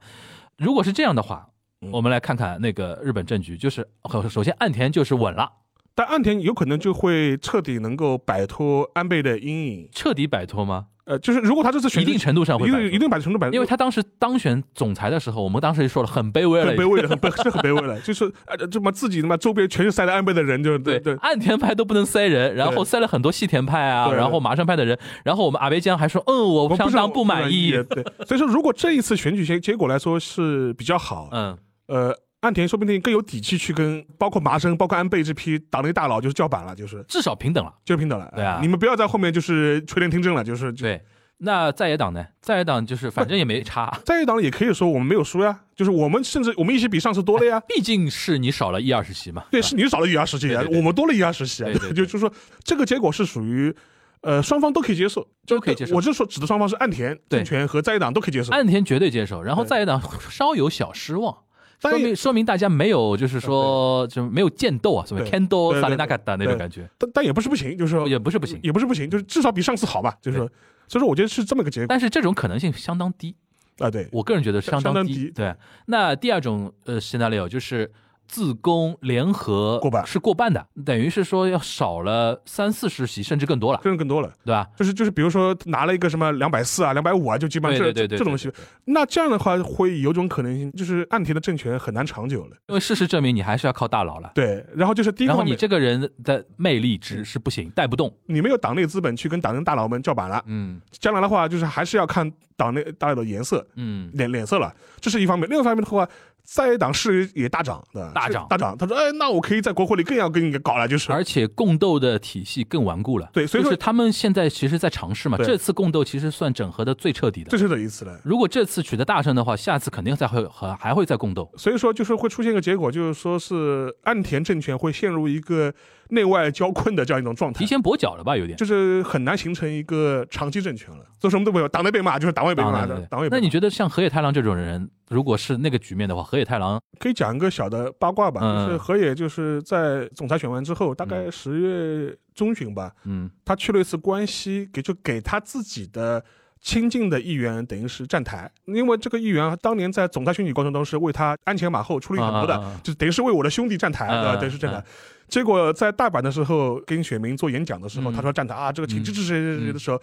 Speaker 2: 如果是这样的话，
Speaker 3: 嗯
Speaker 2: 我们来看看那个日本政局，就是呃首先岸田就是稳了，
Speaker 3: 但岸田有可能就会彻底能够摆脱安倍的阴影。
Speaker 2: 彻底摆脱吗？
Speaker 3: 呃，就是如果他这次选
Speaker 2: 一定程度上
Speaker 3: 一
Speaker 2: 会摆
Speaker 3: 定一
Speaker 2: 脱，
Speaker 3: 定摆成度摆脱，
Speaker 2: 因为他当时当选总裁的时候，我们当时也说了很卑微
Speaker 3: 很
Speaker 2: 了
Speaker 3: 卑
Speaker 2: 已。
Speaker 3: 微了，很卑
Speaker 2: [LAUGHS]
Speaker 3: 是很卑微了，就是呃这么自己他妈周边全是塞了安倍的人，就是对对
Speaker 2: 岸田派都不能塞人，然后
Speaker 3: 对
Speaker 2: 塞了很多细田派啊，
Speaker 3: 对对
Speaker 2: 然后麻生派的人，然后我们安倍江还说，嗯，我
Speaker 3: 我
Speaker 2: 相
Speaker 3: 是
Speaker 2: 当
Speaker 3: 很
Speaker 2: 不满意，
Speaker 3: 对，所以说如果这一次选举结结果来说是比较好，
Speaker 2: 嗯，
Speaker 3: 呃，岸田说不定更有底气去跟包括麻生、包括安倍这批党内大佬就是叫板了，就是
Speaker 2: 至少平等了。
Speaker 3: 就是平等了，
Speaker 2: 对啊
Speaker 3: 你们不要在后面就是垂帘听政了，就是就
Speaker 2: 对，那在野党呢？在野党就是反正也没差，
Speaker 3: 在野党也可以说我们没有输呀，就是我们甚至我们一起比上次多了呀。
Speaker 2: 毕竟是你少了一二十席嘛。
Speaker 3: 对，
Speaker 2: 吧
Speaker 3: 是你少了一压十席啊，
Speaker 2: 对对对
Speaker 3: 我们多了一压十席啊，
Speaker 2: 对对对
Speaker 3: 就就是说这个结果是属于，呃，双方都可以接受，
Speaker 2: 都可以接受
Speaker 3: 我就说指的双方是岸田
Speaker 2: 对哎
Speaker 3: 政权和在野党都可以接受，
Speaker 2: 岸田绝对接受，然后
Speaker 3: 对
Speaker 2: 在野党稍有小失望。
Speaker 3: 但
Speaker 2: 说
Speaker 3: 也
Speaker 2: 明说明大家没有，就是说就没有剑斗啊，所谓
Speaker 3: 对
Speaker 2: kendo s
Speaker 3: 对对
Speaker 2: a
Speaker 3: 对
Speaker 2: l i n a g a t 那种感觉，
Speaker 3: 但但也不是不行，就是说
Speaker 2: 也不是不行，
Speaker 3: 也不是不行，就是至少比上次好吧，就是说，所以说我觉得是这么个结果
Speaker 2: 但是这种可能性相当低，
Speaker 3: 啊，对，
Speaker 2: 我个人觉得相
Speaker 3: 相当
Speaker 2: 低。
Speaker 3: 低
Speaker 2: 对，那第二种呃 scenario 就是自公联合
Speaker 3: 过半
Speaker 2: 是过半的，等于是说要少了三四十席甚至更多了，
Speaker 3: 这种更多了。
Speaker 2: 对吧？
Speaker 3: 就是就是，比如说拿了一个什么两百四啊、两百五啊，就基本上
Speaker 2: 对
Speaker 3: 这
Speaker 2: 对对对
Speaker 3: 这种东西。那这样的话，会有种可能性，就是岸田的政权很难长久了。
Speaker 2: 因为事实证明你还是要靠大佬了。
Speaker 3: 对，然后就是第一个
Speaker 2: 然后
Speaker 3: 方
Speaker 2: 你
Speaker 3: 面，嗯
Speaker 2: 这个人的魅力值是不行，带不动。
Speaker 3: 你没有党内资本去跟党内大佬们叫板了。
Speaker 2: 嗯
Speaker 3: 将来的话，就是还是要看党内大佬的颜色，
Speaker 2: 嗯，
Speaker 3: 脸脸色了，这是一方面。另外一方面的话，在野党势也大涨的，
Speaker 2: 大
Speaker 3: 是
Speaker 2: 涨
Speaker 3: 大涨。他说，哎，那我可以在国会里更要跟你搞了，就是。
Speaker 2: 而且共斗的体系更顽固了。
Speaker 3: 对所以说
Speaker 2: 就是他们现在其实在尝试嘛，
Speaker 3: 对
Speaker 2: 这次共斗其实算整合的最彻底的
Speaker 3: 这。是的意思了。
Speaker 2: 如果这次取得大胜的话，下次肯定再会还还会再共斗。
Speaker 3: 所以说，就是会出现一个结果，就是说是岸田政权会陷入一个内外交困的这样一种状态
Speaker 2: 提，前跛脚了吧，有点。
Speaker 3: 就是很难形成一个长期政权了。做什么都没有，党内被骂就是党外被
Speaker 2: 当
Speaker 3: 骂
Speaker 2: 然
Speaker 3: 的
Speaker 2: 对，
Speaker 3: 党外被
Speaker 2: 那
Speaker 3: 骂。
Speaker 2: 你觉得像河野太郎这种人，如果是那个局面的话，河野太郎
Speaker 3: 可以讲一个小的八卦吧，
Speaker 2: 嗯
Speaker 3: 就是河野就是在总裁选完之后，大概
Speaker 2: 嗯
Speaker 3: 十月中旬吧，
Speaker 2: 嗯
Speaker 3: 他去了一次关西，给就给他自己的亲近的议员等于是站台，因为这个议员当年在总裁选举过程中是为他鞍前马后出力很多的，
Speaker 2: 啊啊啊
Speaker 3: 就等于是为我的兄弟站台，
Speaker 2: 嗯
Speaker 3: 对
Speaker 2: 嗯
Speaker 3: 吧？等于是站台
Speaker 2: 嗯。
Speaker 3: 结果在大阪的时候跟选民做演讲的时
Speaker 2: 嗯
Speaker 3: 候，他说站台啊，这个请
Speaker 2: 嗯
Speaker 3: 支持谁谁谁谁的时候，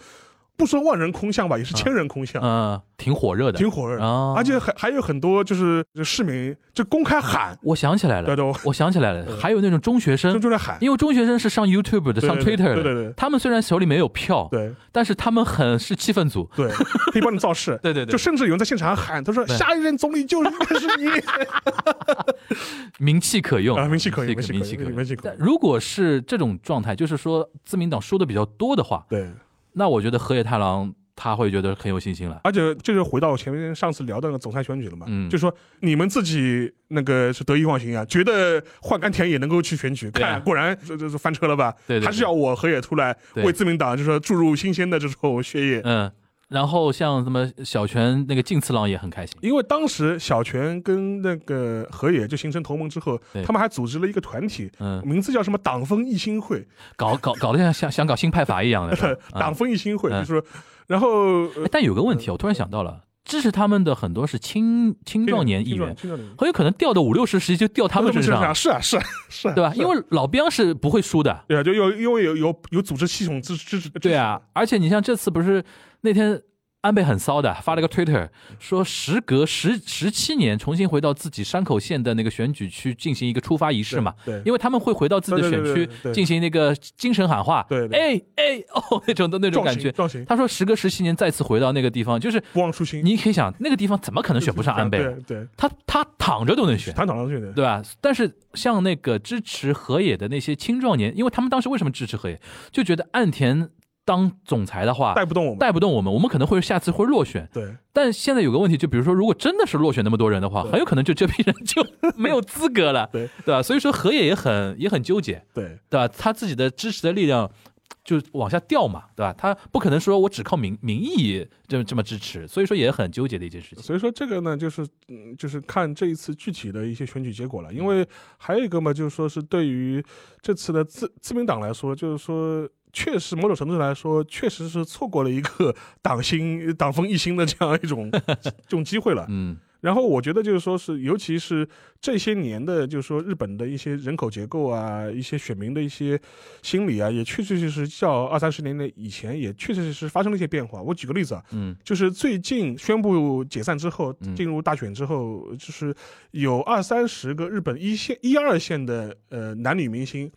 Speaker 3: 不说万人空巷吧，也是千人空巷，
Speaker 2: 呃挺火热的
Speaker 3: 挺火热的。
Speaker 2: 啊，
Speaker 3: 而且还还有很多就是就市民就公开喊，
Speaker 2: 我想起来
Speaker 3: 对
Speaker 2: 了，
Speaker 3: 对，我
Speaker 2: 我想起来了，
Speaker 3: 嗯
Speaker 2: 还有那种中学
Speaker 3: 就
Speaker 2: 生，
Speaker 3: 就在喊，
Speaker 2: 因为中学生是上 YouTube 的，
Speaker 3: 对
Speaker 2: 上 Twitter
Speaker 3: 对
Speaker 2: 的，
Speaker 3: 对对
Speaker 2: 他们虽然手里没有票，
Speaker 3: 对
Speaker 2: 但是他们很是气氛组，
Speaker 3: 对，可以帮你造势。
Speaker 2: 对对
Speaker 3: 就甚至有人在现场喊，他说：“
Speaker 2: 对
Speaker 3: 下一任总理就应该是
Speaker 2: [LAUGHS]
Speaker 3: 你。
Speaker 2: 名气可”用
Speaker 3: 啊，名气可以，名气
Speaker 2: 名气
Speaker 3: 可
Speaker 2: 可
Speaker 3: 以，
Speaker 2: 用
Speaker 3: 名。气可
Speaker 2: 但
Speaker 3: 以。
Speaker 2: 如果是这种状态，就是说自民党输的比较多的话，
Speaker 3: 对，
Speaker 2: 那我觉得河野太郎他会觉得很有信心了。
Speaker 3: 而且这就回到我前面上次聊到那个总裁选举了嘛，
Speaker 2: 嗯
Speaker 3: 就说你们自己那个是得意忘形啊，觉得换安田也能够去选举，
Speaker 2: 对啊
Speaker 3: 看果然这这这翻车了吧？
Speaker 2: 对对对
Speaker 3: 还是要我河野出来
Speaker 2: 对
Speaker 3: 为自民党就是说注入新鲜的这种血液。
Speaker 2: 嗯，然后像什么小泉那个近次郎也很开心，
Speaker 3: 因为当时小泉跟那个河野就形成同盟之后
Speaker 2: 对，
Speaker 3: 他们还组织了一个团体，
Speaker 2: 嗯，
Speaker 3: 名字叫什么“党风一心会”，
Speaker 2: 搞搞搞得像像想搞新派法一样的。
Speaker 3: [LAUGHS]
Speaker 2: 是吧
Speaker 3: 党风一心会，
Speaker 2: 嗯
Speaker 3: 就是说，然后
Speaker 2: 哎但有个问题，我突然想到了，支持他们的很多是青青壮年议员，
Speaker 3: 青壮年，
Speaker 2: 很有可能掉到五六十席就掉他们身上，
Speaker 3: 是啊是啊是啊，
Speaker 2: 对吧？
Speaker 3: 是啊
Speaker 2: 因为老兵是不会输的，
Speaker 3: 对啊，就有因为有有有组织系统支支持，
Speaker 2: 对啊。而且你像这次不是那天安倍很骚的发了个
Speaker 3: 嗯
Speaker 2: Twitter 说，时隔十十七年重新回到自己山口县的那个选举区进行一个出发仪
Speaker 3: 支持
Speaker 2: 式嘛，，
Speaker 3: 对，
Speaker 2: 因为他们会回到自己的
Speaker 3: 对
Speaker 2: 选
Speaker 3: 对对
Speaker 2: 区
Speaker 3: 对对
Speaker 2: 进行那个精神喊话，
Speaker 3: 对对
Speaker 2: 哎哎哦那种的那种
Speaker 3: 壮
Speaker 2: 感
Speaker 3: 行
Speaker 2: 觉。
Speaker 3: 壮行，
Speaker 2: 他说时隔十七年再次回到那个地方，就是
Speaker 3: 不忘初心，
Speaker 2: 你可以想那个地方怎么可能选不上安倍啊？
Speaker 3: 对对，
Speaker 2: 他他躺着都能选，
Speaker 3: 谈躺上去的，
Speaker 2: 对吧？但是像那个支持河野的那些青壮年，因为他们当时为什么支持河野，就觉得岸田当总裁的话
Speaker 3: 带不动我们，
Speaker 2: 带不动我们，我们可能会下次会落选。
Speaker 3: 对
Speaker 2: 但现在有个问题，就比如说，如果真的是落选那么多人的话，
Speaker 3: 对
Speaker 2: 很有可能就这批人就没有资格了，
Speaker 3: 对
Speaker 2: 对吧？所以说河野也很也很纠结，
Speaker 3: 对
Speaker 2: 对吧？他自己的支持的力量就往下掉嘛，对吧？他不可能说我只靠民民意这么这么支持，所以说也很纠结的一件事情。
Speaker 3: 所以说这个呢，就是嗯，就是看这一次具体的一些选举结果了。因为还有一个嘛，就是说是对于这次的自自民党来说，就是说。确实，某种程度来说，确实是错过了一个 [LAUGHS] 党心、党风一心的这样一种 [LAUGHS] 这种机会了。
Speaker 2: 嗯
Speaker 3: 然后我觉得就是说是，尤其是这些年的，就是说日本的一些人口结构啊，一些选民的一些心理啊，也确确实实较二三十年的以前也确确实实发生了一些变化。我举个例子啊，
Speaker 2: 嗯
Speaker 3: 就是最近宣布解散之后
Speaker 2: 嗯，
Speaker 3: 进入大选之后，就是有二三十个日本一线、一二线的呃男女明星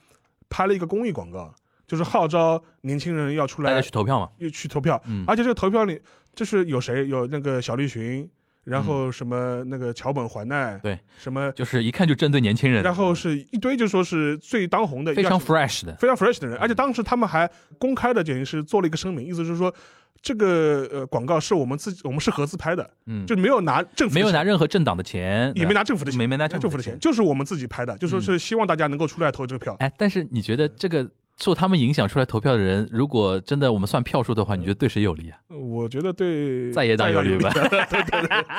Speaker 3: 拍了一个公益广告，就是号召年轻人要出
Speaker 2: 大家
Speaker 3: 来
Speaker 2: 去投票嘛。
Speaker 3: 去去投票。
Speaker 2: 嗯
Speaker 3: 而且这个投票里，就是有谁有那个小栗旬，然后什么那个桥本环奈，
Speaker 2: 嗯对，
Speaker 3: 什么，
Speaker 2: 就是一看就针对年轻人，
Speaker 3: 然后是一堆就说是最当红的，
Speaker 2: 非
Speaker 3: 要
Speaker 2: 常
Speaker 3: 是
Speaker 2: fresh 嗯的。
Speaker 3: 非常 fresh 的人，而且当时他们还公开的，等于是做了一个声明，意思就是说。这个呃广告是我们自己，我们是合资拍的，
Speaker 2: 嗯，
Speaker 3: 就没有拿政府
Speaker 2: 没
Speaker 3: 的
Speaker 2: 有拿
Speaker 3: 钱，
Speaker 2: 任何政党的钱，
Speaker 3: 也没拿政府的钱，
Speaker 2: 没没拿
Speaker 3: 政府的钱，。就是我们自己拍的，就
Speaker 2: 嗯
Speaker 3: 说是希望大家能够出来投这个票。
Speaker 2: 哎，但是你觉得这个受他们影响出来投票的人，如果真的我们算票数的话，你觉得对谁有利啊？ [LAUGHS]
Speaker 3: 呃我觉得对
Speaker 2: 在野党有利吧？ [LAUGHS]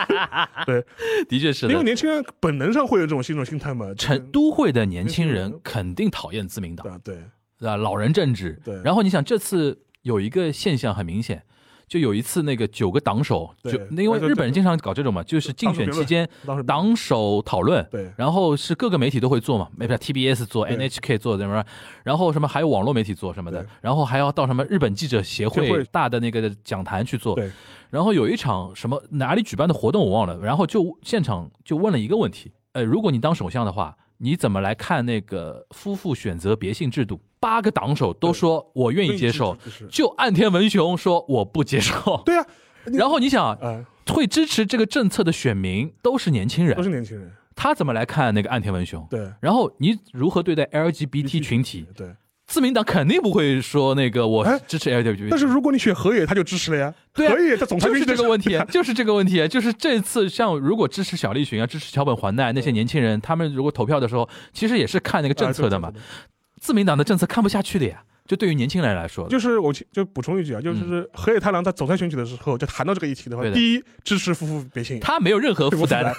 Speaker 2: 的确是
Speaker 3: 因为嗯
Speaker 2: 的。
Speaker 3: 年轻人本能上会有这种心种心态嘛，就是
Speaker 2: 成都会的年轻
Speaker 3: 年轻
Speaker 2: 人
Speaker 3: 人
Speaker 2: 肯定讨厌自民党，
Speaker 3: 对啊嗯对
Speaker 2: 对吧？老人政治。
Speaker 3: 对
Speaker 2: 然后你想，这次有一个现象很明显，就有一次那个九个党首，
Speaker 3: 对哎
Speaker 2: 就因为
Speaker 3: 对对
Speaker 2: 日本人经常搞这种嘛，就是竞选期间
Speaker 3: 当时
Speaker 2: 党首讨论，
Speaker 3: 对
Speaker 2: 然后是各个媒体都会做嘛，没不 TBS 做
Speaker 3: 对
Speaker 2: ，NHK 做什么，然后什么还有网络媒体做什么的
Speaker 3: 对，
Speaker 2: 然后还要到什么日本记者协
Speaker 3: 协
Speaker 2: 会
Speaker 3: 会
Speaker 2: 大的那个讲坛去做。
Speaker 3: 对
Speaker 2: 然后有一场什么哪里举办的活动我忘了，然后就现场就问了一个问题，呃，如果你当首相的话，你怎么来看那个夫妇选择别姓制度？八个党首都说我愿意接受，
Speaker 3: 就是
Speaker 2: 就岸田文雄说我不接受。
Speaker 3: 对啊，你
Speaker 2: 然后你想，
Speaker 3: 啊，
Speaker 2: 会支持这个政策的选民都是年轻人
Speaker 3: 都，是年轻人，
Speaker 2: 他怎么来看那个岸田文雄？
Speaker 3: 对
Speaker 2: 然后你如何对待 LGBT 群体？
Speaker 3: 对。
Speaker 2: 自民党肯定不会说那个我
Speaker 3: 哎
Speaker 2: 支持 LGBT，、
Speaker 3: 但是如果你选河野，他就支持了呀。
Speaker 2: 对啊
Speaker 3: 河野他总裁
Speaker 2: 就是这个问题
Speaker 3: 啊，
Speaker 2: 就是这个问题，就是这次像如果支持小栗旬啊，支持桥本环奈那些年轻人，他们如果投票的时候，其实也是看那个政策的嘛
Speaker 3: 哎对。对对
Speaker 2: 自民党的政策看不下去的呀，就对于年轻人来说，
Speaker 3: 就是我其就补充一句啊，就是河野太郎在总裁选举的时候就谈到这个议题的话
Speaker 2: 嗯对，的
Speaker 3: 第一支持夫妇别姓，
Speaker 2: 他没有任何
Speaker 3: 对
Speaker 2: 负
Speaker 3: [LAUGHS]
Speaker 2: 担，，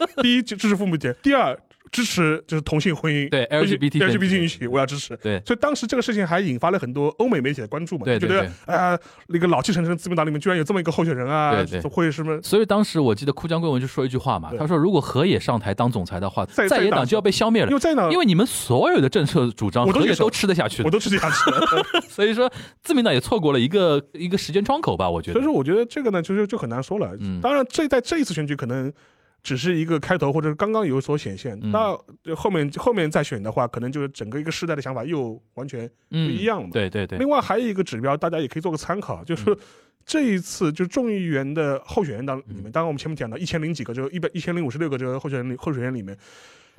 Speaker 3: 我第一支持父母节，第二支持就是同性婚姻，
Speaker 2: 对 LGBT
Speaker 3: LGBT 群体，我要支持。
Speaker 2: 对
Speaker 3: 所以当时这个事情还引发了很多欧美媒体的关注嘛，
Speaker 2: 对
Speaker 3: 就
Speaker 2: 对
Speaker 3: 觉得啊、那个老气沉沉的自民党里面居然有这么一个候选人啊，
Speaker 2: 对对
Speaker 3: 会什么？
Speaker 2: 所以当时我记得哭江贵文就说一句话嘛，
Speaker 3: 对
Speaker 2: 他说如果河野上台当总裁的话，
Speaker 3: 在
Speaker 2: 在野
Speaker 3: 在
Speaker 2: 党
Speaker 3: 党
Speaker 2: 就要被消灭
Speaker 3: 因
Speaker 2: 了。
Speaker 3: 为在哪
Speaker 2: 因为你们所有的政策主张，
Speaker 3: 我
Speaker 2: 河
Speaker 3: 都
Speaker 2: 野
Speaker 3: 接受
Speaker 2: 都吃得下去的，
Speaker 3: 我都吃这样吃了，
Speaker 2: 所以说自民党也错过了一个一个时间窗口吧， [LAUGHS] 我觉得
Speaker 3: 所以。说我觉得这个呢，就是就很难说了。
Speaker 2: 嗯
Speaker 3: 当然这在这一次选举可能。只是一个开头，或者是刚刚有所显现。
Speaker 2: 嗯
Speaker 3: 那后面后面再选的话，可能就是整个一个世代的想法又完全
Speaker 2: 不
Speaker 3: 不一样嘛
Speaker 2: 嗯对嗯对对，
Speaker 3: 另外还有一个指标，大家也可以做个参考，就是这一次就众议员的候选人当里
Speaker 2: 嗯
Speaker 3: 面，当然我们前面讲到一千零几个，这个一百一千零五十六个这个候选人里候选人里面，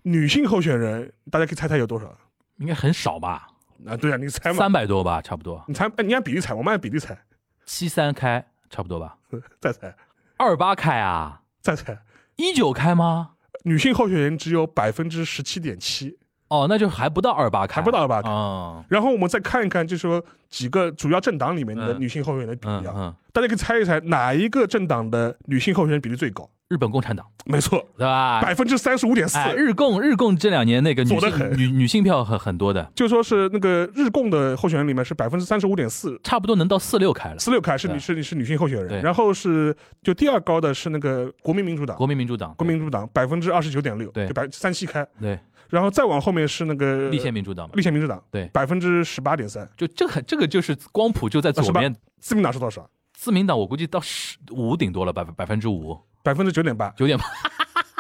Speaker 3: 女性候选人大家可以猜猜有多少？
Speaker 2: 应该很少吧，
Speaker 3: 啊，对啊，你猜嘛，
Speaker 2: 三百多吧，差不多
Speaker 3: 你猜，哎你按比例猜，我们按比例猜， [LAUGHS]
Speaker 2: 七三开，差不多吧，
Speaker 3: 再猜，
Speaker 2: 二八开啊，
Speaker 3: 再猜，
Speaker 2: 一九开吗？
Speaker 3: 女性候选人只有百分之十七点七，
Speaker 2: 哦，那就还不到二八开，
Speaker 3: 还不到吧？
Speaker 2: 嗯
Speaker 3: 然后我们再看一看，就是说几个主要政党里面的
Speaker 2: 嗯
Speaker 3: 女性候选人的比
Speaker 2: 嗯
Speaker 3: 例啊，
Speaker 2: 嗯，
Speaker 3: 大家可以猜一猜哪一个政党的女性候选人比例最高？
Speaker 2: 日本共产党
Speaker 3: 没错，
Speaker 2: 对吧？
Speaker 3: 百分之三十五点四。
Speaker 2: 哎，日共日共这两年那个女
Speaker 3: 左得
Speaker 2: 性
Speaker 3: 很
Speaker 2: 女女性票很很多的，
Speaker 3: 就说是那个日共的候选人里面是百分之三十五点四，
Speaker 2: 差不多能到四六开了。
Speaker 3: 四六开是
Speaker 2: 对
Speaker 3: 女是是女性候选
Speaker 2: 对
Speaker 3: 人，然后是就第二高的是那个国民民主党，
Speaker 2: 国民民主党，
Speaker 3: 国民民主党百分之二十九点六，
Speaker 2: 对
Speaker 3: 就百三七开，
Speaker 2: 对
Speaker 3: 然后再往后面是那个
Speaker 2: 立宪民主党嘛，
Speaker 3: 立宪民主党，
Speaker 2: 对
Speaker 3: 百分之十八点三，
Speaker 2: 就这个很这个就是光谱
Speaker 3: 啊
Speaker 2: 就在左边，
Speaker 3: 自民党是多少？
Speaker 2: 自民党我估计到十五顶多了，百分百分之五，
Speaker 3: 百分之九
Speaker 2: [LAUGHS]
Speaker 3: 点八，
Speaker 2: 九点，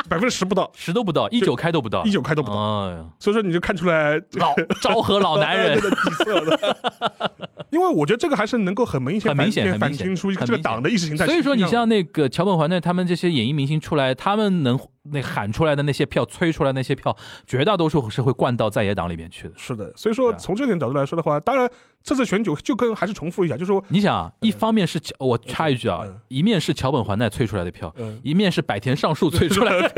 Speaker 3: 百分之十不到
Speaker 2: 十都不到，一九开都不到，
Speaker 3: 一九开都不到，
Speaker 2: 哎呀，
Speaker 3: 所以说你就看出来
Speaker 2: 老昭和老男人
Speaker 3: [LAUGHS] 对，对对底色了因为我觉得这个还是能够很明显
Speaker 2: 很
Speaker 3: 反
Speaker 2: 明显很
Speaker 3: 反
Speaker 2: 明显
Speaker 3: 清出
Speaker 2: 很明
Speaker 3: 这个
Speaker 2: 显
Speaker 3: 党的意识形态是
Speaker 2: 所
Speaker 3: 不一
Speaker 2: 以说，
Speaker 3: 样的。
Speaker 2: 你像那个桥本环奈他们这些演艺明星出来，他们能那喊出来的那些票，催出来那些票，绝大多数是会灌到在野党里面去的。
Speaker 3: 是的，所以说
Speaker 2: 对啊
Speaker 3: 从这点角度来说的话，当然这次选举就跟还是重复一下，就是呃说，
Speaker 2: 你想啊，一方面是桥，我插一句啊
Speaker 3: 嗯，
Speaker 2: 一面是桥本环奈催出来的票，
Speaker 3: 嗯，
Speaker 2: 一面是百田尚树催出来
Speaker 3: [LAUGHS]
Speaker 2: 的，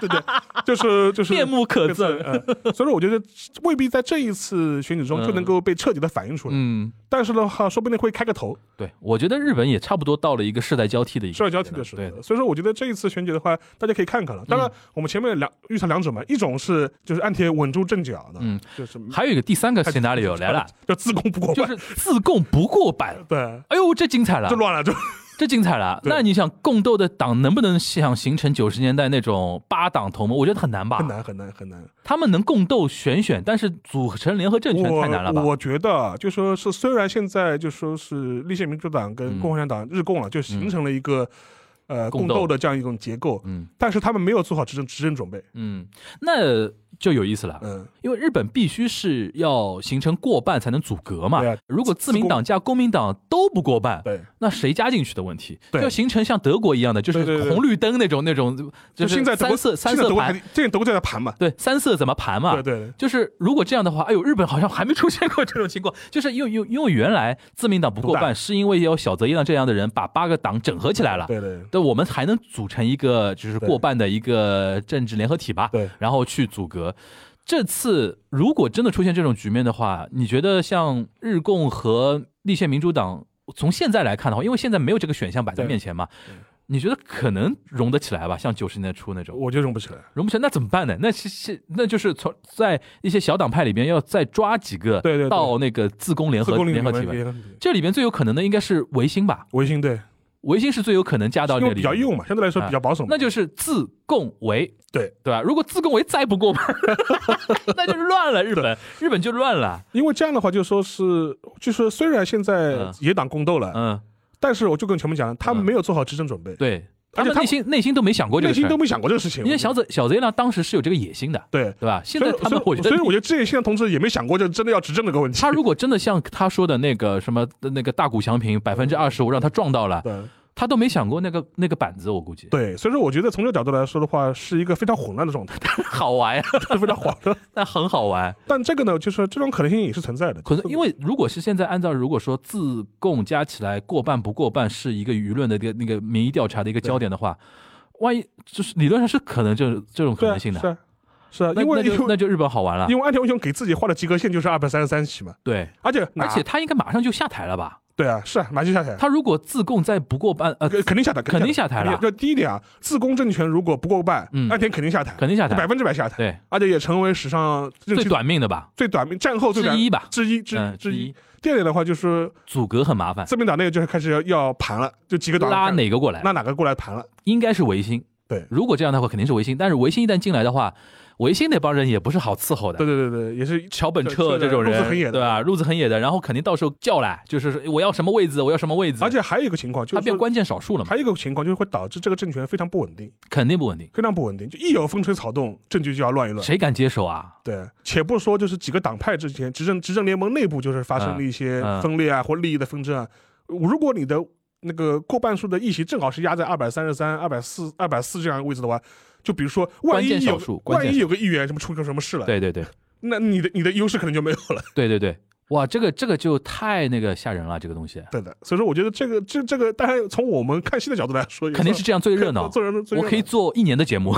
Speaker 3: 对对，
Speaker 2: [LAUGHS]
Speaker 3: 就是就是
Speaker 2: 面目可
Speaker 3: 就是 [LAUGHS]
Speaker 2: 憎。
Speaker 3: 嗯，所以说我觉得未必在这一次选举中就能够被彻底的反映出来，
Speaker 2: 嗯，
Speaker 3: 但是的话，说不定会开个头，
Speaker 2: 对，我觉得日本也差不多到了一个世代交替的一个
Speaker 3: 世代交替的时
Speaker 2: 时
Speaker 3: 候
Speaker 2: 代了。对，。嗯
Speaker 3: 所以说我觉得这一次选举的话，大家可以看看了。当然，我们前面两预测两种嘛，一种是就是岸田稳住阵脚的，
Speaker 2: 嗯，
Speaker 3: 就是
Speaker 2: 还有一个第三 [LAUGHS] 个 scenario 来了，，
Speaker 3: 就自攻不过
Speaker 2: 就
Speaker 3: 关，
Speaker 2: 是自贡不过版。
Speaker 3: 对，
Speaker 2: 哎呦，这精彩了
Speaker 3: 就！乱了，就
Speaker 2: 这精彩了！
Speaker 3: 对
Speaker 2: 那你想共斗的党能不能想形成九十年代那种八党同盟？我觉得很难吧，
Speaker 3: 很。难很难很难。
Speaker 2: 他们能共斗选选，但是组成联合政权太难了吧？
Speaker 3: 我我觉得啊，就说是虽然现在就说是立宪民主党跟共产党日共了，就形成了一个。呃，
Speaker 2: 嗯共
Speaker 3: 共
Speaker 2: 斗
Speaker 3: 斗的这样一种结构，
Speaker 2: 嗯
Speaker 3: 但是他们没有做好执政执政准备，
Speaker 2: 嗯，那就有意思了。
Speaker 3: 嗯，
Speaker 2: 因为日本必须是要形成过半才能组阁嘛
Speaker 3: 对啊，
Speaker 2: 如果自民党加公民党都不过半，
Speaker 3: 对，
Speaker 2: 那谁加进去的问题，
Speaker 3: 对
Speaker 2: 就形成像德国一样的，就
Speaker 3: 对
Speaker 2: 是
Speaker 3: 对对
Speaker 2: 红绿灯那种那种，
Speaker 3: 就是现在德
Speaker 2: 三
Speaker 3: 国，
Speaker 2: 色
Speaker 3: 现
Speaker 2: 三
Speaker 3: 在德
Speaker 2: 色
Speaker 3: 国还
Speaker 2: 盘，啊
Speaker 3: 现在德国在盘嘛，
Speaker 2: 对三色怎么盘嘛？
Speaker 3: 对对对，
Speaker 2: 就是如果这样的话，哎呦，日本好像还没出现过这种情况。就是因为因为因为原来自民党不过
Speaker 3: 独
Speaker 2: 半，
Speaker 3: 大
Speaker 2: 是因为有小泽一郎这样的人把八个党整合起来了。
Speaker 3: 对对
Speaker 2: 对，我们还能组成一个就是过半的一个政治联合体吧，
Speaker 3: 对，
Speaker 2: 然后去阻隔。这次如果真的出现这种局面的话，你觉得像日共和立宪民主党从现在来看的话，因为现在没有这个选项摆在
Speaker 3: 对
Speaker 2: 面前嘛
Speaker 3: 对，
Speaker 2: 你觉得可能融得起来吧？像九十年代初那种
Speaker 3: 我就用不起来，
Speaker 2: 融不起来，那怎么办呢？那是是那就是从在一些小党派里边要再抓几个，
Speaker 3: 对对对
Speaker 2: 到那个自公联
Speaker 3: 自
Speaker 2: 合
Speaker 3: 公领
Speaker 2: 联合体
Speaker 3: 域
Speaker 2: 吧。
Speaker 3: 联合
Speaker 2: 这里边最有可能的应该是维新吧，
Speaker 3: 维新对，
Speaker 2: 维新是最有可能加到
Speaker 3: 因
Speaker 2: 这
Speaker 3: 为
Speaker 2: 里
Speaker 3: 比较
Speaker 2: 面的
Speaker 3: 硬嘛，相对来说比较保守嘛，
Speaker 2: 那就是自贡为，
Speaker 3: 对
Speaker 2: 对吧？如果自贡为再不过门儿， [LAUGHS] 那就是乱了，日本日本就乱了。
Speaker 3: 因为这样的话就说是，就是虽然现在
Speaker 2: 嗯
Speaker 3: 野党宫斗了，
Speaker 2: 嗯，
Speaker 3: 但是我就跟前面讲，他
Speaker 2: 嗯
Speaker 3: 们没有做好执政准备，
Speaker 2: 对，他
Speaker 3: 而且
Speaker 2: 们
Speaker 3: 他
Speaker 2: 内心内心都没想过这
Speaker 3: 内
Speaker 2: 个事
Speaker 3: 心
Speaker 2: 儿
Speaker 3: 都，没想过这个事情，
Speaker 2: 因为小泽小贼呢当时是有这个野心的，
Speaker 3: 对，
Speaker 2: 对吧？现
Speaker 3: 所
Speaker 2: 在
Speaker 3: 以
Speaker 2: 他们我觉得
Speaker 3: 所以，所以我觉得这些现在同志也没想过，就真的要执政这个问题。
Speaker 2: 他如果真的像他说的那个什么那个大谷翔平百分之二十五让他撞到了，
Speaker 3: [LAUGHS] 对
Speaker 2: 他都没想过那个那个板子，我估计
Speaker 3: 对，所以说我觉得从这个角度来说的话，是一个非常混乱的
Speaker 2: [LAUGHS]
Speaker 3: 状态，
Speaker 2: 好玩呀，啊
Speaker 3: 是非常混乱。
Speaker 2: 那很好玩。
Speaker 3: 但这个呢，就是说这种可能性也是存在的。
Speaker 2: 可是 [LAUGHS] 因为如果是现在按照如果说自贡加起来过半不过半是一个舆论的一个那个民意调查的一个焦点的话，万一就是理论上是可能这种这种可
Speaker 3: 对啊
Speaker 2: 能性的，
Speaker 3: 是啊是啊，
Speaker 2: 那
Speaker 3: 因为
Speaker 2: 那就
Speaker 3: 因
Speaker 2: 那
Speaker 3: 为
Speaker 2: 就日本好玩了。
Speaker 3: 因为安田文雄给自己画的及格线就是二百三十三起嘛，
Speaker 2: 对，
Speaker 3: 而且
Speaker 2: 而
Speaker 3: 哪
Speaker 2: 且他应该马上就下台了吧？
Speaker 3: 对啊，是啊，马上就下台。
Speaker 2: 他如果自贡再不过半，呃，
Speaker 3: 肯肯定下台，
Speaker 2: 肯定下台了
Speaker 3: 这第一点啊，自公政权如果不过半，
Speaker 2: 嗯
Speaker 3: 安田肯定下台，
Speaker 2: 肯定下
Speaker 3: 百
Speaker 2: 台。
Speaker 3: 分之百下台，
Speaker 2: 对，
Speaker 3: 而且也成为史上任
Speaker 2: 最
Speaker 3: 期
Speaker 2: 短命的吧，
Speaker 3: 最短命战后最
Speaker 2: 之
Speaker 3: 短
Speaker 2: 一吧，
Speaker 3: 之一之
Speaker 2: 嗯，
Speaker 3: 之
Speaker 2: 之
Speaker 3: 一
Speaker 2: 一。。
Speaker 3: 第二点的话就是
Speaker 2: 阻隔很麻烦，
Speaker 3: 自民党内就是开始要要盘了，就几个党
Speaker 2: 拉哪个过来？
Speaker 3: 拉哪个过来盘了，
Speaker 2: 应该是维新。
Speaker 3: 对
Speaker 2: 如果这样的话，肯定是维新。但是维新一旦进来的话，维新那帮人也不是好伺候的
Speaker 3: 对。对对对，也是
Speaker 2: 桥本彻这
Speaker 3: 对
Speaker 2: 种人，
Speaker 3: 路子很野的
Speaker 2: 对吧？路子很野的，然后肯定到时候叫来，就是说我要什么位置，我要什么位置，
Speaker 3: 而且还有一个情况就
Speaker 2: 他
Speaker 3: 是
Speaker 2: 变
Speaker 3: 说，
Speaker 2: 关键少数了嘛，
Speaker 3: 还有一个情况就是会导致这个政权非常不稳定，
Speaker 2: 肯定不稳定，
Speaker 3: 非常不稳定，就一有风吹草动，政局就要乱一乱。
Speaker 2: 谁敢接手啊？
Speaker 3: 对，且不说就是几个党派之间执政执政联盟内部就是发生了一些
Speaker 2: 嗯嗯
Speaker 3: 分裂啊、或利益的纷争啊，如果你的那个过半数的议席正好是压在二百三十三、二百四、二百四这样的位置的话，就比如说万一
Speaker 2: 关键少
Speaker 3: 有
Speaker 2: 数关
Speaker 3: 万
Speaker 2: 键
Speaker 3: 一有个议员什么出个什么事了，
Speaker 2: 对对对
Speaker 3: 那你的你的优势可能就没有了。 [LAUGHS]
Speaker 2: 对对对，哇，这个这个就太那个吓人了，这个东西
Speaker 3: 对的，所以说我觉得这个这这个，当然从我们看戏的角度来说，
Speaker 2: 肯定是这样最
Speaker 3: 最
Speaker 2: 热闹。
Speaker 3: 做人最
Speaker 2: 我
Speaker 3: 热
Speaker 2: 可以
Speaker 3: 闹
Speaker 2: 做一年的
Speaker 3: [LAUGHS]
Speaker 2: 节目。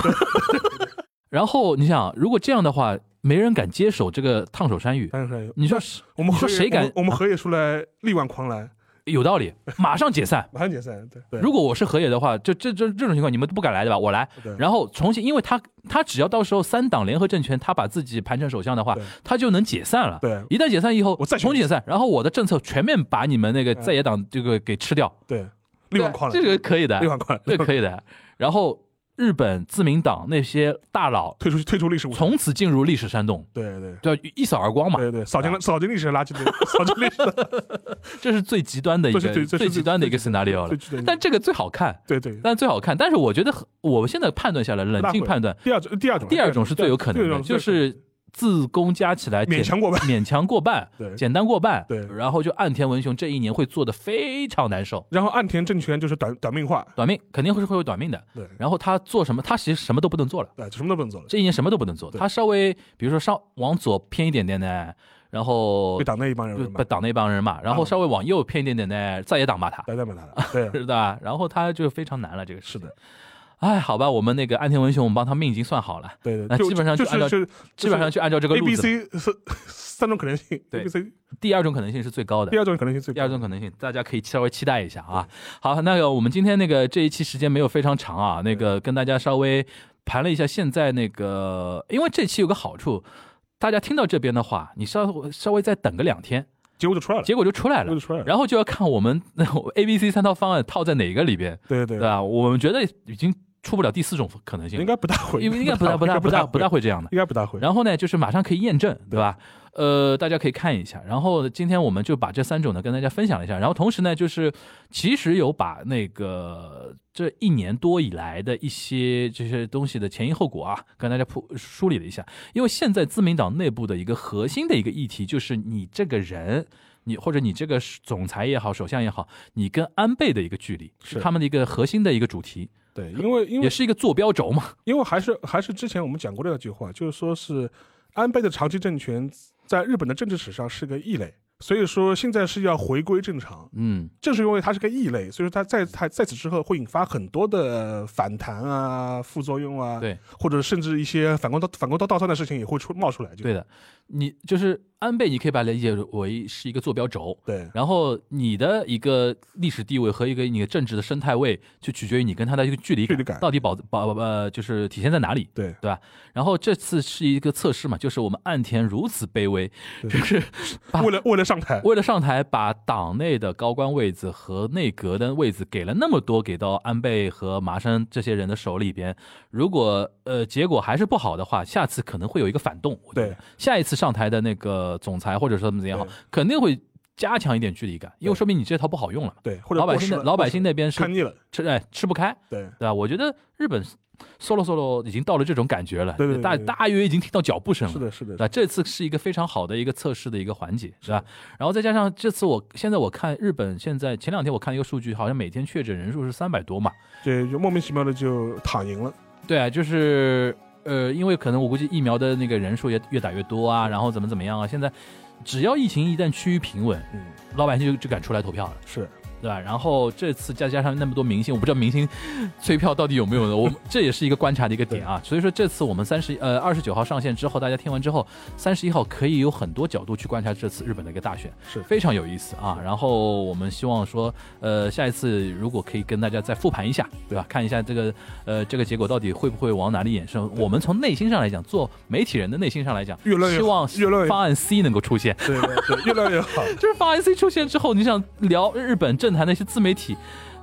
Speaker 2: 然后你想，如果这样的话，没人敢接手这个烫手山芋。
Speaker 3: 当然是
Speaker 2: 你说
Speaker 3: 我
Speaker 2: 嗯
Speaker 3: 们
Speaker 2: 你说
Speaker 3: 河野
Speaker 2: 谁敢
Speaker 3: 我们我们河野出来力挽狂澜，
Speaker 2: 有道理，马上解散。
Speaker 3: 马上解散。对对
Speaker 2: 如果我是河野的话，这这这这种情况你们都不敢来对吧？我来，
Speaker 3: 对
Speaker 2: 然后重新，因为他他只要到时候三党联合政权，他把自己盘成首相的话
Speaker 3: 对，
Speaker 2: 他就能解散了。
Speaker 3: 对
Speaker 2: 一旦解散以后，
Speaker 3: 我再选
Speaker 2: 重新解散，然后我的政策全面把你们那个
Speaker 3: 嗯
Speaker 2: 在野党这个给吃掉，
Speaker 3: 对，力挽狂澜，
Speaker 2: 对这个可以的
Speaker 3: 力，挽狂澜，
Speaker 2: 这个可以的。然后日本自民党那些大佬
Speaker 3: 退出退出历史舞台。
Speaker 2: 从此进入历史山洞，
Speaker 3: [LAUGHS] 对对
Speaker 2: 对吧，一扫而光嘛，啊
Speaker 3: 对对，扫进了扫进历史的垃圾堆，扫进历史的
Speaker 2: [LAUGHS] 这是最极端的一个
Speaker 3: 这是最这是最
Speaker 2: 极端的一个 scenario 了
Speaker 3: 最。值得
Speaker 2: 但这个最好看，
Speaker 3: 对对。
Speaker 2: 但最好看，但是我觉得很我现在判断下来，冷
Speaker 3: 拉回
Speaker 2: 静
Speaker 3: 来
Speaker 2: 判断，
Speaker 3: 第二种第二种
Speaker 2: 第二种是最有可能
Speaker 3: 第二
Speaker 2: 的，
Speaker 3: 种
Speaker 2: 就是自攻加起来简
Speaker 3: 勉强过半，
Speaker 2: 勉强过半，
Speaker 3: 对
Speaker 2: 简单过半，
Speaker 3: 对
Speaker 2: 然后就岸田文雄这一年会做的非常难受，
Speaker 3: 然后岸田政权就是短短命化，
Speaker 2: 短命肯定会是会有短命的。
Speaker 3: 对
Speaker 2: 然后他做什么，他其实什么都不能做了，
Speaker 3: 对，就什么都不能做了，
Speaker 2: 这一年什么都不能做。
Speaker 3: 对
Speaker 2: 他稍微比如说上往左偏一点点呢，然后
Speaker 3: 被党内一帮人
Speaker 2: 就
Speaker 3: 骂
Speaker 2: 被，党那帮人骂，然后稍微往右偏一点点呢，再也党骂他，
Speaker 3: 白
Speaker 2: [LAUGHS]
Speaker 3: 在骂他了，对，
Speaker 2: 是的。然后他就非常难了，这个
Speaker 3: 是的。
Speaker 2: 哎，好吧，我们那个岸田文雄，我们帮他命已经算好了，
Speaker 3: 对对，
Speaker 2: 那
Speaker 3: 就
Speaker 2: 基本上
Speaker 3: 就
Speaker 2: 就按照
Speaker 3: 是就是
Speaker 2: 基本上就按照这个
Speaker 3: A、
Speaker 2: 路
Speaker 3: B、
Speaker 2: 子。
Speaker 3: C 是三种可能性，A、
Speaker 2: 对
Speaker 3: B、C
Speaker 2: 第二种可能性是最高的
Speaker 3: 第。二种可能性最
Speaker 2: 第二种可能性，大家可以稍微期待一下啊。好，那个我们今天那个这一期时间没有非常长啊，那个跟大家稍微盘了一下现在那个，因为这期有个好处，大家听到这边的话，你稍稍微再等个两天，
Speaker 3: 结果就出来了，
Speaker 2: 结果就出来
Speaker 3: 结果
Speaker 2: 了
Speaker 3: 就。出来了，
Speaker 2: 然后就要看我们 A、B、C 三套方案套在哪个里边，
Speaker 3: 对对
Speaker 2: 对，啊吧？我们觉得已经出不了第四种可能性
Speaker 3: 应
Speaker 2: 了，
Speaker 3: 该不大会，
Speaker 2: 因为应该不大不大不大不大，会这样的。
Speaker 3: 应该不大会，
Speaker 2: 然后呢，就是马上可以验证，对吧？呃，大家可以看一下。然后今天我们就把这三种呢跟大家分享了一下。然后同时呢，就是其实有把那个这一年多以来的一些这些东西的前因后果啊，跟大家铺梳理了一下。因为现在自民党内部的一个核心的一个议题就是你这个人。你或者你这个总裁也好，首相也好，你跟安倍的一个距离
Speaker 3: 是
Speaker 2: 是他们的一个核心的一个主题，
Speaker 3: 对，因为因为
Speaker 2: 也是一个坐标轴嘛。
Speaker 3: 因为还是还是之前我们讲过的那句话，就是说是安倍的长期政权在日本的政治史上是个异类，所以说现在是要回归正常。
Speaker 2: 嗯，
Speaker 3: 正是因为它是个异类，所以说它在它在此之后会引发很多的反弹啊、副作用啊，
Speaker 2: 对，
Speaker 3: 或者甚至一些反光倒反光倒倒算的事情也会出冒出来，就
Speaker 2: 对的，你就是安倍，你可以把它理解为是一个坐标轴，
Speaker 3: 对
Speaker 2: 然后你的一个历史地位和一个你的政治的生态位，就取决于你跟他的一个距离感，
Speaker 3: 距离感
Speaker 2: 到底保保呃就是体现在哪里。
Speaker 3: 对
Speaker 2: 然后这次是一个测试嘛，就是我们岸田如此卑微，
Speaker 3: 对
Speaker 2: 就是把
Speaker 3: 为了为了上台，
Speaker 2: [LAUGHS] 为了上台，把党内的高官位子和内阁的位子给了那么多，给到安倍和麻生这些人的手里边。如果呃结果还是不好的话，下次可能会有一个反动。我觉得
Speaker 3: 对，
Speaker 2: 下一次上台的那个总裁或者说怎么怎么样好
Speaker 3: 对，
Speaker 2: 肯定会加强一点距离感，因为
Speaker 3: 对
Speaker 2: 说明你这套不好用了嘛。
Speaker 3: 对，或者
Speaker 2: 老百
Speaker 3: 过
Speaker 2: 姓
Speaker 3: 时
Speaker 2: 那
Speaker 3: 了
Speaker 2: 老
Speaker 3: 过
Speaker 2: 百
Speaker 3: 时
Speaker 2: 姓
Speaker 3: 了
Speaker 2: 那边
Speaker 3: 看
Speaker 2: 是
Speaker 3: 腻了，
Speaker 2: 吃哎吃不开，
Speaker 3: 对
Speaker 2: 对吧？我觉得日本 solo solo 已经到了这种感觉了，
Speaker 3: 对对对
Speaker 2: 大
Speaker 3: 对
Speaker 2: 大约已经听到脚步声了。
Speaker 3: 是的，是的，
Speaker 2: 那这次是一个非常好的一个测试的一个环节，是吧？然后再加上这次我现在我看日本现在前两天我看一个数据，好像每天确诊人数是三百多嘛。
Speaker 3: 这就莫名其妙的就躺赢了，
Speaker 2: 对啊，就是呃，因为可能我估计疫苗的那个人数也越打越多啊，然后怎么怎么样啊，现在只要疫情一旦趋于平稳，
Speaker 3: 嗯，
Speaker 2: 老百姓就就敢出来投票了。
Speaker 3: 是
Speaker 2: 对吧？然后这次再加上那么多明星，我不知道明星催票到底有没有的，我 [LAUGHS] 这也是一个观察的一个点啊。所以说这次我们三十呃二十九号上线之后，大家听完之后，三十一号可以有很多角度去观察这次日本的一个大选，
Speaker 3: 是
Speaker 2: 非常有意思啊。然后我们希望说，呃，下一次如果可以跟大家再复盘一下，对吧？看一下这个呃这个结果到底会不会往哪里衍生。我们从内心上来讲，做媒体人的内心上来讲，
Speaker 3: 越乱越
Speaker 2: 希望
Speaker 3: 越乱越
Speaker 2: 方案 C 能够出现。
Speaker 3: 对对对，越来越好，
Speaker 2: 就是法 IC 出现之后，你想聊日本政坛的一些自媒体，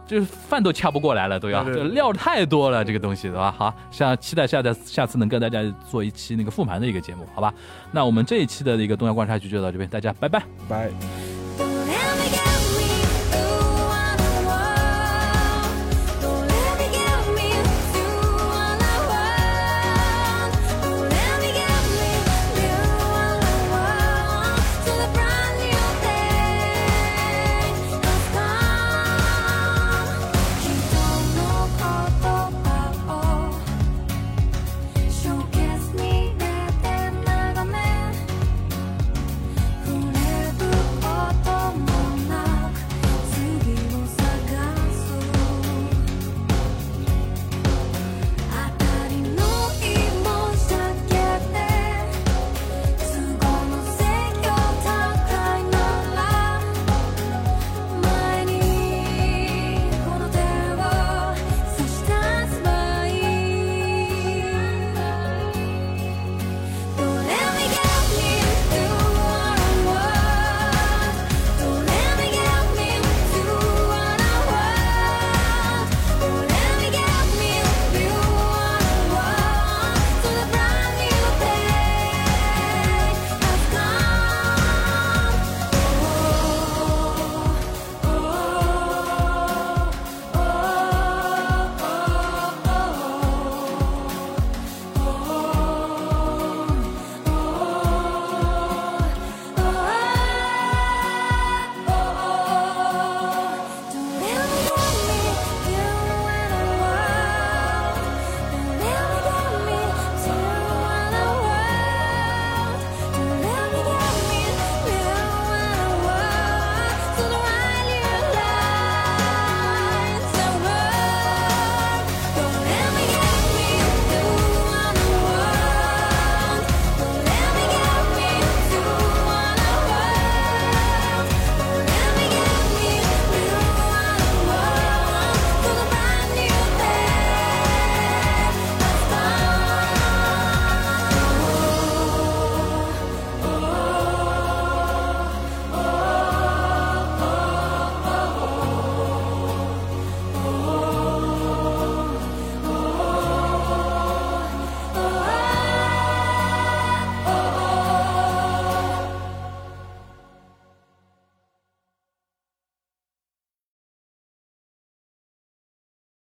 Speaker 2: 就是饭都掐不过来了，都要
Speaker 3: 对
Speaker 2: 就
Speaker 3: 对对
Speaker 2: 料太多了，这个东西对吧？好，下期待下次下次能跟大家做一期那个复盘的一个节目，好吧？那我们这一期的一个东亚观察局就到这边，大家拜拜。
Speaker 3: 拜。